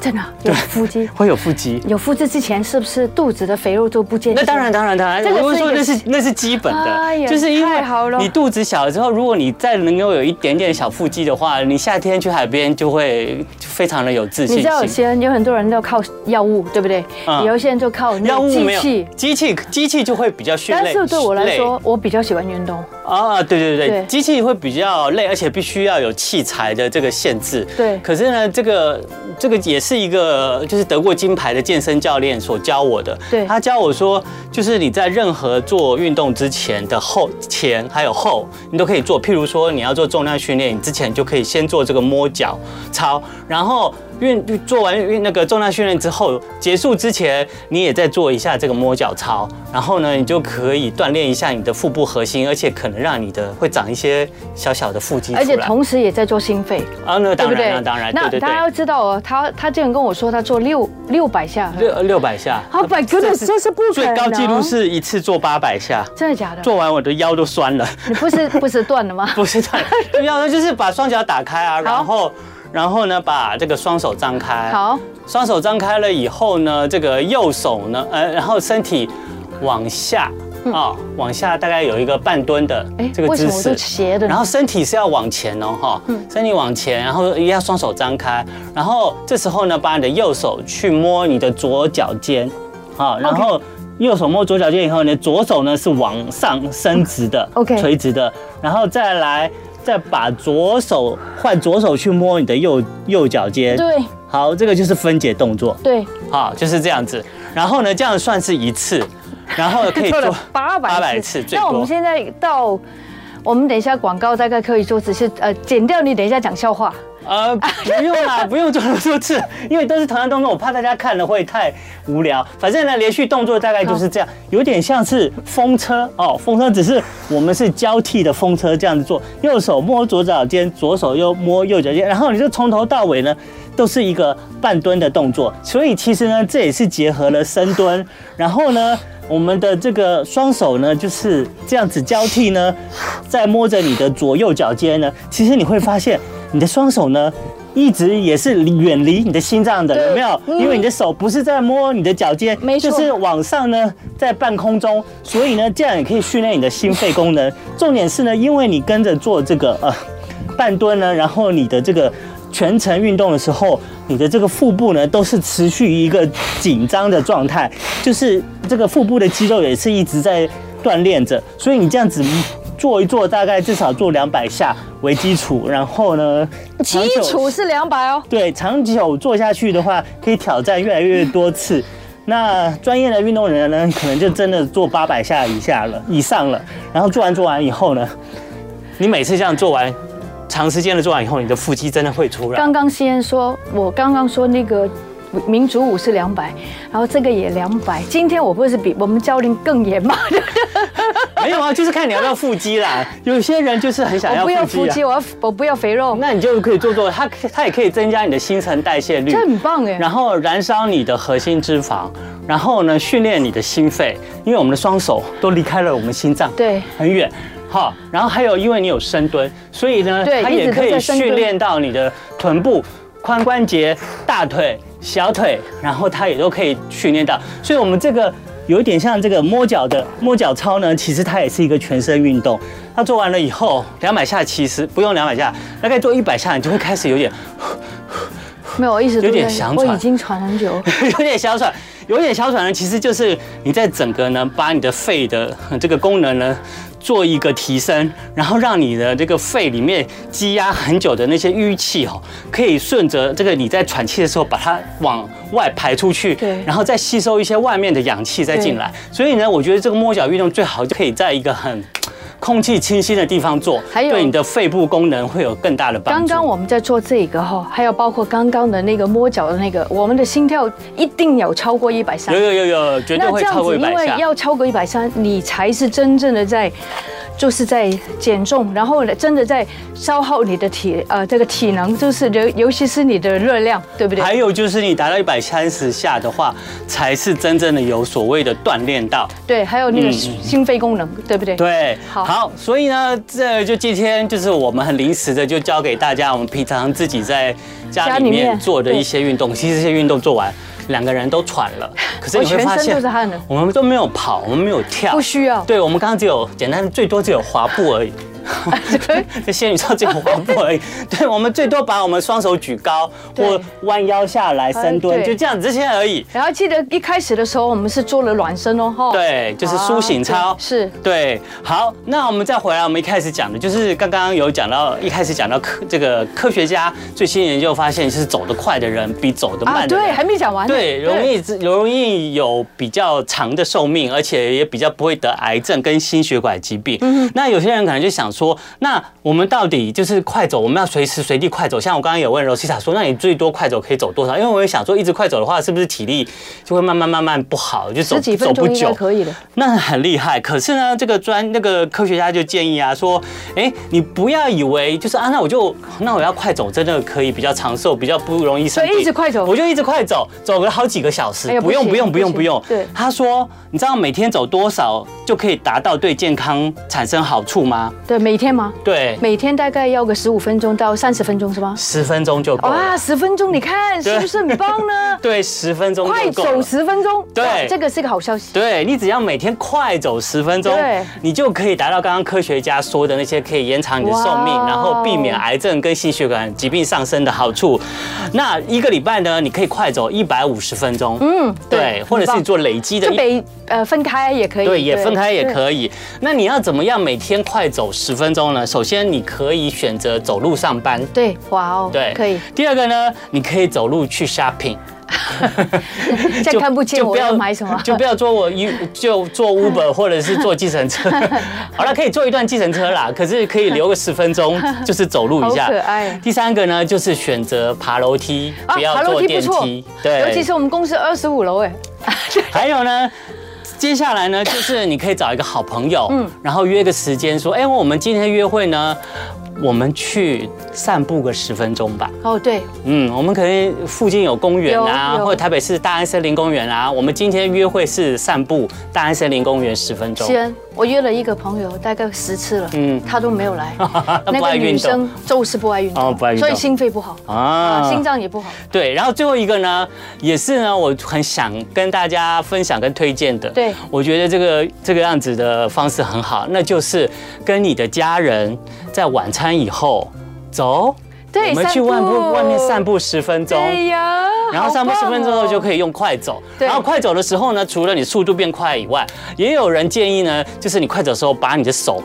Speaker 2: 真的有腹肌。
Speaker 3: 会有腹肌。
Speaker 2: 有腹肌之前是不是肚子的肥肉就不见？
Speaker 3: 那当然，，当然，当然，
Speaker 2: 这个
Speaker 3: 我
Speaker 2: 是一
Speaker 3: 是说
Speaker 2: 个
Speaker 3: 那是那是基本
Speaker 2: 哎呀
Speaker 3: 的，就是因为
Speaker 2: 太好了
Speaker 3: 你肚子小了之后，如果你再能够有一点点小腹肌的话，你夏天去海边就会非常的有自
Speaker 2: 你
Speaker 3: 信
Speaker 2: 知道有
Speaker 3: 心。
Speaker 2: 些人有很多人都靠药物，对不对？
Speaker 3: 嗯
Speaker 2: 有一些人就靠那
Speaker 3: 药
Speaker 2: 个
Speaker 3: 物
Speaker 2: 机
Speaker 3: 没有
Speaker 2: 器。，
Speaker 3: 机器机器就会比较训
Speaker 2: 但
Speaker 3: 练。
Speaker 2: 是对我来
Speaker 3: 累
Speaker 2: 说，我比较喜欢运动。
Speaker 3: 啊，对对对，
Speaker 2: 对
Speaker 3: 机器会比较累，而且必须要有器材的这个限制。
Speaker 2: 对
Speaker 3: 可是呢，这个这个也是一个就是得过金牌的健身教练所教我的。
Speaker 2: 对
Speaker 3: 他教我说，就是你在任何做运动之前的后前还有后，你都可以做。譬如说你要做重量训练，你之前就可以先做这个摸脚操，然后。因为就做完运那个重量训练之后，结束之前你也再做一下这个摸脚操，然后呢，你就可以锻炼一下你的腹部核心，而且可能让你的会长一些小小的腹肌出来。
Speaker 2: 而且同时也在做心肺，
Speaker 3: 啊，那
Speaker 2: 对
Speaker 3: 当
Speaker 2: 不
Speaker 3: 然
Speaker 2: 对？
Speaker 3: 了，当然，
Speaker 2: 那
Speaker 3: 对对
Speaker 2: 大家要
Speaker 3: 对，
Speaker 2: 知道哦，他他竟然跟我说他做六六百下。
Speaker 3: 六六百下。
Speaker 2: Oh my goodness，这是不可
Speaker 3: 最
Speaker 2: 能。哦
Speaker 3: 高纪录是一次做八百下，
Speaker 2: 真的假的？
Speaker 3: 做完我的腰都酸了。
Speaker 2: 你不是不是断了吗？
Speaker 3: 不是的， 要的就是把双脚打开啊，然后然后呢，把这个双手张开。，
Speaker 2: 好，
Speaker 3: 双手张开了以后呢，这个右手呢，呃，然后身体往下啊、往下大概有一个半蹲的
Speaker 2: 哎，
Speaker 3: 这个
Speaker 2: 嗯为什
Speaker 3: 姿
Speaker 2: 么我都
Speaker 3: 势。
Speaker 2: 斜的呢？
Speaker 3: 然后身体是要往前哦，哈，
Speaker 2: 嗯
Speaker 3: 身体往前，然后一定要双手张开，然后这时候呢，把你的右手去摸你的左脚尖，好，然后右手摸左脚尖以后，你的左手呢是往上伸直的
Speaker 2: 嗯 OK
Speaker 3: 垂直的，然后再来再把左手换左手去摸你的右右脚尖，
Speaker 2: 对
Speaker 3: 好，这个就是分解动作，
Speaker 2: 对，
Speaker 3: 好，就是这样子，然后呢，这样算是一次，然后可 以
Speaker 2: 做
Speaker 3: 做
Speaker 2: 了八百
Speaker 3: 800次最
Speaker 2: 那我们
Speaker 3: 多。
Speaker 2: 现在到，我们等一下广告大概可以做，只是呃剪掉你等一下讲笑话。
Speaker 3: 呃， 不用啦，不用做那么多次，因为都是同样动作，我怕大家看了会太无聊。反正呢，连续动作大概就是这样，有点像是风车哦，风车只是我们是交替的风车这样子做，右手摸左脚尖，左手又摸右脚尖，然后你就从头到尾呢都是一个半蹲的动作。所以其实呢，这也是结合了深蹲，然后呢。我们的这个双手呢，就是这样子交替呢，在摸着你的左右脚尖呢，其实你会发现你的双手呢，一直也是远离你的心脏的，
Speaker 2: 对
Speaker 3: 有没有？
Speaker 2: 嗯
Speaker 3: 因为你的手不是在摸你的脚尖，
Speaker 2: 没错
Speaker 3: 就是往上呢，在半空中，所以呢，这样也可以训练你的心肺功能。重点是呢，因为你跟着做这个呃半蹲呢，然后你的这个全程运动的时候，你的这个腹部呢都是持续一个紧张的状态，就是这个腹部的肌肉也是一直在锻炼着，所以你这样子做一做，大概至少做两百下为基础，然后呢，
Speaker 2: 基
Speaker 3: 长久
Speaker 2: 础是两百哦，
Speaker 3: 对，长久做下去的话，可以挑战越来越多次。那专业的运动人呢，可能就真的做八百下以下了，以上了。然后做完做完以后呢，你每次这样做完，长时间的做完以后，你的腹肌真的会出来。
Speaker 2: 刚刚西恩说，我刚刚说那个民族舞是两百，然后这个也两百。今天我不是比我们教练更严吗？
Speaker 3: 没有啊，就是看你要不要腹肌 啦。有些人就是很 想
Speaker 2: 我
Speaker 3: 要
Speaker 2: 不要
Speaker 3: 腹
Speaker 2: 腹
Speaker 3: 肌
Speaker 2: 肌，
Speaker 3: 啊。
Speaker 2: 我要我不要肥肉，
Speaker 3: 那你就可以做做，它它也可以增加你的新陈代谢率，
Speaker 2: 这很棒哎。
Speaker 3: 然后燃烧你的核心脂肪，然后呢训练你的心肺，因为我们的双手都离开了我们心脏，
Speaker 2: 对
Speaker 3: 很远。好，然后还有因为你有深蹲，所以呢，
Speaker 2: 对
Speaker 3: 它
Speaker 2: 一直
Speaker 3: 也
Speaker 2: 都
Speaker 3: 可以
Speaker 2: 在深蹲
Speaker 3: 训练到你的臀部、髋关节、大腿、小腿，然后它也都可以训练到。所以我们这个有一点像这个摸脚的摸脚操呢，其实它也是一个全身运动。它做完了以后，两百下其实不用两百下，大概做一百下，你就会开始有点
Speaker 2: 没有，我一直都
Speaker 3: 有点
Speaker 2: 在
Speaker 3: 想
Speaker 2: 我
Speaker 3: 喘
Speaker 2: 已经喘很久。
Speaker 3: 有点小喘，有点小喘呢，其实就是你在整个呢，把你的肺的呃这个功能呢做一个提升，然后让你的这个肺里面积压很久的那些淤气哦，可以顺着这个你在喘气的时候把它往外排出去，
Speaker 2: 对
Speaker 3: 然后再吸收一些外面的氧气再进来。所以呢，我觉得这个摸脚运动最好就可以在一个很。空气清新的地方做，
Speaker 2: 还有
Speaker 3: 对你的肺部功能会有更大的帮
Speaker 2: 刚
Speaker 3: 助。
Speaker 2: 刚我们在做这个哈，还有包括刚刚的那个摸脚的那个，我们的心跳一定有超过一百三
Speaker 3: 有。有有有，绝对
Speaker 2: 那
Speaker 3: 会
Speaker 2: 这样
Speaker 3: 超过
Speaker 2: 子，
Speaker 3: 一百
Speaker 2: 因为
Speaker 3: 下。
Speaker 2: 要超过一百三，你才是真正的在，就是在减重，然后呢，真的在消耗你的体呃这个体能，就是尤尤其是你的热量，对不对？
Speaker 3: 还有就是你达到一百三十下的话，才是真正的有所谓的锻炼到。
Speaker 2: 对，还有那个
Speaker 3: 嗯
Speaker 2: 心肺功能，对不对？
Speaker 3: 对，
Speaker 2: 好
Speaker 3: 所以呢，这就今天就是我们很临时的就教给大家，我们平常自己在
Speaker 2: 家
Speaker 3: 家
Speaker 2: 里
Speaker 3: 里
Speaker 2: 面
Speaker 3: 面做的
Speaker 2: 对
Speaker 3: 一些运动，其实这些运动做完，两个人都喘 了，可是
Speaker 2: 我
Speaker 3: 你会
Speaker 2: 全
Speaker 3: 发
Speaker 2: 身
Speaker 3: 现
Speaker 2: 都是汗的
Speaker 3: 我们都没有跑，我们没有跳，
Speaker 2: 不需要
Speaker 3: 对，我们刚刚只有简单，最多只有滑步而已。
Speaker 2: 对
Speaker 3: 这仙女跳只有滑步 而已。对，我们最多把我们双手举高
Speaker 2: 对
Speaker 3: 或弯腰下来深
Speaker 2: 哎
Speaker 3: 蹲，
Speaker 2: 对
Speaker 3: 就这样子这些而已。
Speaker 2: 然后记得一开始的时候，我们是做了暖身哦，哈。
Speaker 3: 对，就是苏醒操。
Speaker 2: 啊对是
Speaker 3: 对，好，那我们再回来，我们一开始讲的就是刚刚有讲到，一开始讲到科这个科学家最新研究发现，是走得快的人比走得
Speaker 2: 啊，
Speaker 3: 慢的人。
Speaker 2: 对，还没讲完呢。
Speaker 3: 对，容易自容易有比较
Speaker 2: 嗯
Speaker 3: 长的寿命，而且也比较不会得癌症跟心血管疾病。那有些人可能就想说，那我们到底就是快走，我们要随时随地快走。像我刚刚有问 Rosita 说，那你最多快走可以走多少？因为我也想说，一直快走的话，是不是体力就会慢慢慢慢不好，就走
Speaker 2: 十几
Speaker 3: 走
Speaker 2: 分钟
Speaker 3: 不
Speaker 2: 应该
Speaker 3: 久？
Speaker 2: 可以的。
Speaker 3: 那很厉害。可是呢，这个专那个科学家就建议啊，说，哎，你不要以为就是啊，那我就那我要快走，真的可以比较长寿，比较不容易
Speaker 2: 所
Speaker 3: 生
Speaker 2: 以
Speaker 3: 病。
Speaker 2: 一直快走
Speaker 3: 我就一直快走，走了好几个小时。
Speaker 2: 哎呀
Speaker 3: 不用
Speaker 2: 不行
Speaker 3: 不用
Speaker 2: 不
Speaker 3: 不用
Speaker 2: 行
Speaker 3: 不用。
Speaker 2: 对
Speaker 3: 他说，你知道每天走多少就可以达到对健康产生好处吗？
Speaker 2: 对，每天吗？
Speaker 3: 对，
Speaker 2: 每天大概要个十五分钟到三十分钟是吗？
Speaker 3: 十分钟就够了
Speaker 2: 哇，。十分钟，你看
Speaker 3: 对？
Speaker 2: 是不是很棒呢
Speaker 3: 对，十分钟
Speaker 2: 快
Speaker 3: 就够
Speaker 2: 走
Speaker 3: 了。
Speaker 2: 十分钟，
Speaker 3: 对
Speaker 2: 哇这个是个好消息。
Speaker 3: 对你只要每天快走十分钟
Speaker 2: 对，
Speaker 3: 你就可以达到刚刚科学家说的那些可以延长你的寿命，
Speaker 2: 哇哦
Speaker 3: 然后避免癌症跟心血管疾病上升的好处。那一个礼拜呢，你可以快走一百五十分钟，嗯，对，或者是你做累积的
Speaker 2: 就
Speaker 3: 一。
Speaker 2: 北呃分开也可以，
Speaker 3: 对，也分开也
Speaker 2: 以。
Speaker 3: 可以。那你要怎么样每天快走十分钟呢？首先，你可以选择走路上班，
Speaker 2: 对，哇哦，
Speaker 3: 对，
Speaker 2: 可以。。
Speaker 3: 第二个呢，你可以走路去 shopping，
Speaker 2: 这样看不见
Speaker 3: 就
Speaker 2: 我要买什么，
Speaker 3: 就不要坐我一 就坐 Uber 或者是坐计程车。好了，可以坐一段计程车啦，可是可以留个十分 钟，就是走路一下。
Speaker 2: 好可爱
Speaker 3: 第三个呢，就是选择爬楼梯，
Speaker 2: 啊
Speaker 3: 不要
Speaker 2: 爬楼
Speaker 3: 坐
Speaker 2: 梯
Speaker 3: 电
Speaker 2: 不错
Speaker 3: 梯。
Speaker 2: 尤其是我们公司二十五楼，哎，
Speaker 3: 还有呢，接下来呢，就是你可以找一个好朋友，嗯，然后约个时间，说，哎、我们今天约会呢，我们去散步个十分钟吧。
Speaker 2: 哦对，
Speaker 3: 嗯，我们可能附近有公园啊
Speaker 2: 有，有
Speaker 3: 或者台北市大安森林公园啊。我们今天约会是散步大安森林公园十分钟
Speaker 2: 西。恩，我约了一个朋友，大概十次了，
Speaker 3: 嗯。
Speaker 2: 嗯，他都没有来
Speaker 3: 那
Speaker 2: 啊那
Speaker 3: 不爱
Speaker 2: 个
Speaker 3: 运动
Speaker 2: 女生就是不爱运动，
Speaker 3: 哦不爱运动
Speaker 2: 所以心肺不好啊，
Speaker 3: 啊
Speaker 2: 心脏也不好。
Speaker 3: 对，然后最后一个呢，也是呢，我很想跟大家分享跟推荐的。
Speaker 2: 对
Speaker 3: 我觉得这个这个样子的方式很好，那就是跟你的家人在晚餐以后走，
Speaker 2: 对，
Speaker 3: 我们去外
Speaker 2: 散
Speaker 3: 面外面散。步十分钟。
Speaker 2: 对呀，
Speaker 3: 然后散步
Speaker 2: 好
Speaker 3: 十
Speaker 2: 棒
Speaker 3: 分钟后
Speaker 2: 哦
Speaker 3: 就可以用快走，
Speaker 2: 对
Speaker 3: 然后快走的时候呢，除了你速度变快以外，也有人建议呢，就是你快走的时候把你的手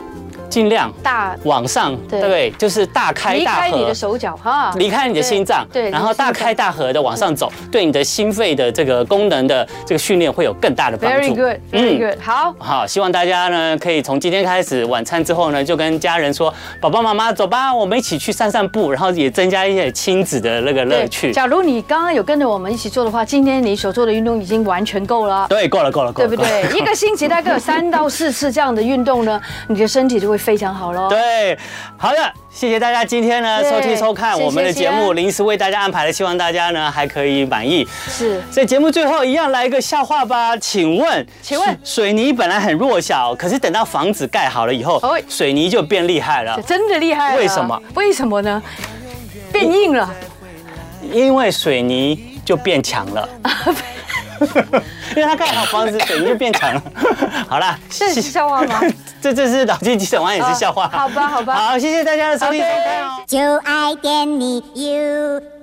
Speaker 3: 尽量
Speaker 2: 大
Speaker 3: 往上，
Speaker 2: 对
Speaker 3: 对，就是大开
Speaker 2: 离
Speaker 3: 大
Speaker 2: 开
Speaker 3: 合，
Speaker 2: 你的手脚哈，
Speaker 3: 离开你的心脏，
Speaker 2: 对，对
Speaker 3: 然后大开大合的往上走，对你的心肺的这个功能的这个训练会有更大的帮
Speaker 2: ，very
Speaker 3: 助。嗯
Speaker 2: good，very good，好。
Speaker 3: 好，希望大家呢可以从今天开始，晚餐之后呢就跟家人说，爸爸妈妈走吧，我们一起去散散步，然后也增加一些亲子的那个乐
Speaker 2: 对，
Speaker 3: 趣。
Speaker 2: 假如你刚刚有跟着我们一起做的话，今天你所做的运动已经完全够了。
Speaker 3: 对，够了，够了，
Speaker 2: 对
Speaker 3: 够了，
Speaker 2: 不
Speaker 3: 够了
Speaker 2: 对？一个星期大概有三到四次这样的运动呢，你的身体就会非常好喽。
Speaker 3: 对，好的，谢谢大家今天呢
Speaker 2: 对
Speaker 3: 收听收看
Speaker 2: 谢谢
Speaker 3: 我们的节
Speaker 2: 谢
Speaker 3: 目，
Speaker 2: 谢
Speaker 3: 临时为大家安排的，希望大家呢还可以满意。
Speaker 2: 是
Speaker 3: 所以节目最后一样来一个笑话吧，请问，
Speaker 2: 请问
Speaker 3: 水水泥本来很弱小，可是等到房子盖好了以后
Speaker 2: 哦喂，
Speaker 3: 水泥就变厉害了，
Speaker 2: 真的厉害了。啊
Speaker 3: 为什么？
Speaker 2: 为什么呢？变硬了，
Speaker 3: 因为水泥就变强 了。因为它盖好房子，水泥就变强了。 好啦，
Speaker 2: 这是笑话吗？
Speaker 3: 这这是脑筋急转弯，也是笑话。
Speaker 2: 哦好吧好吧
Speaker 3: 好，谢谢大家的收听收看哦。
Speaker 4: 就爱点你 UFO。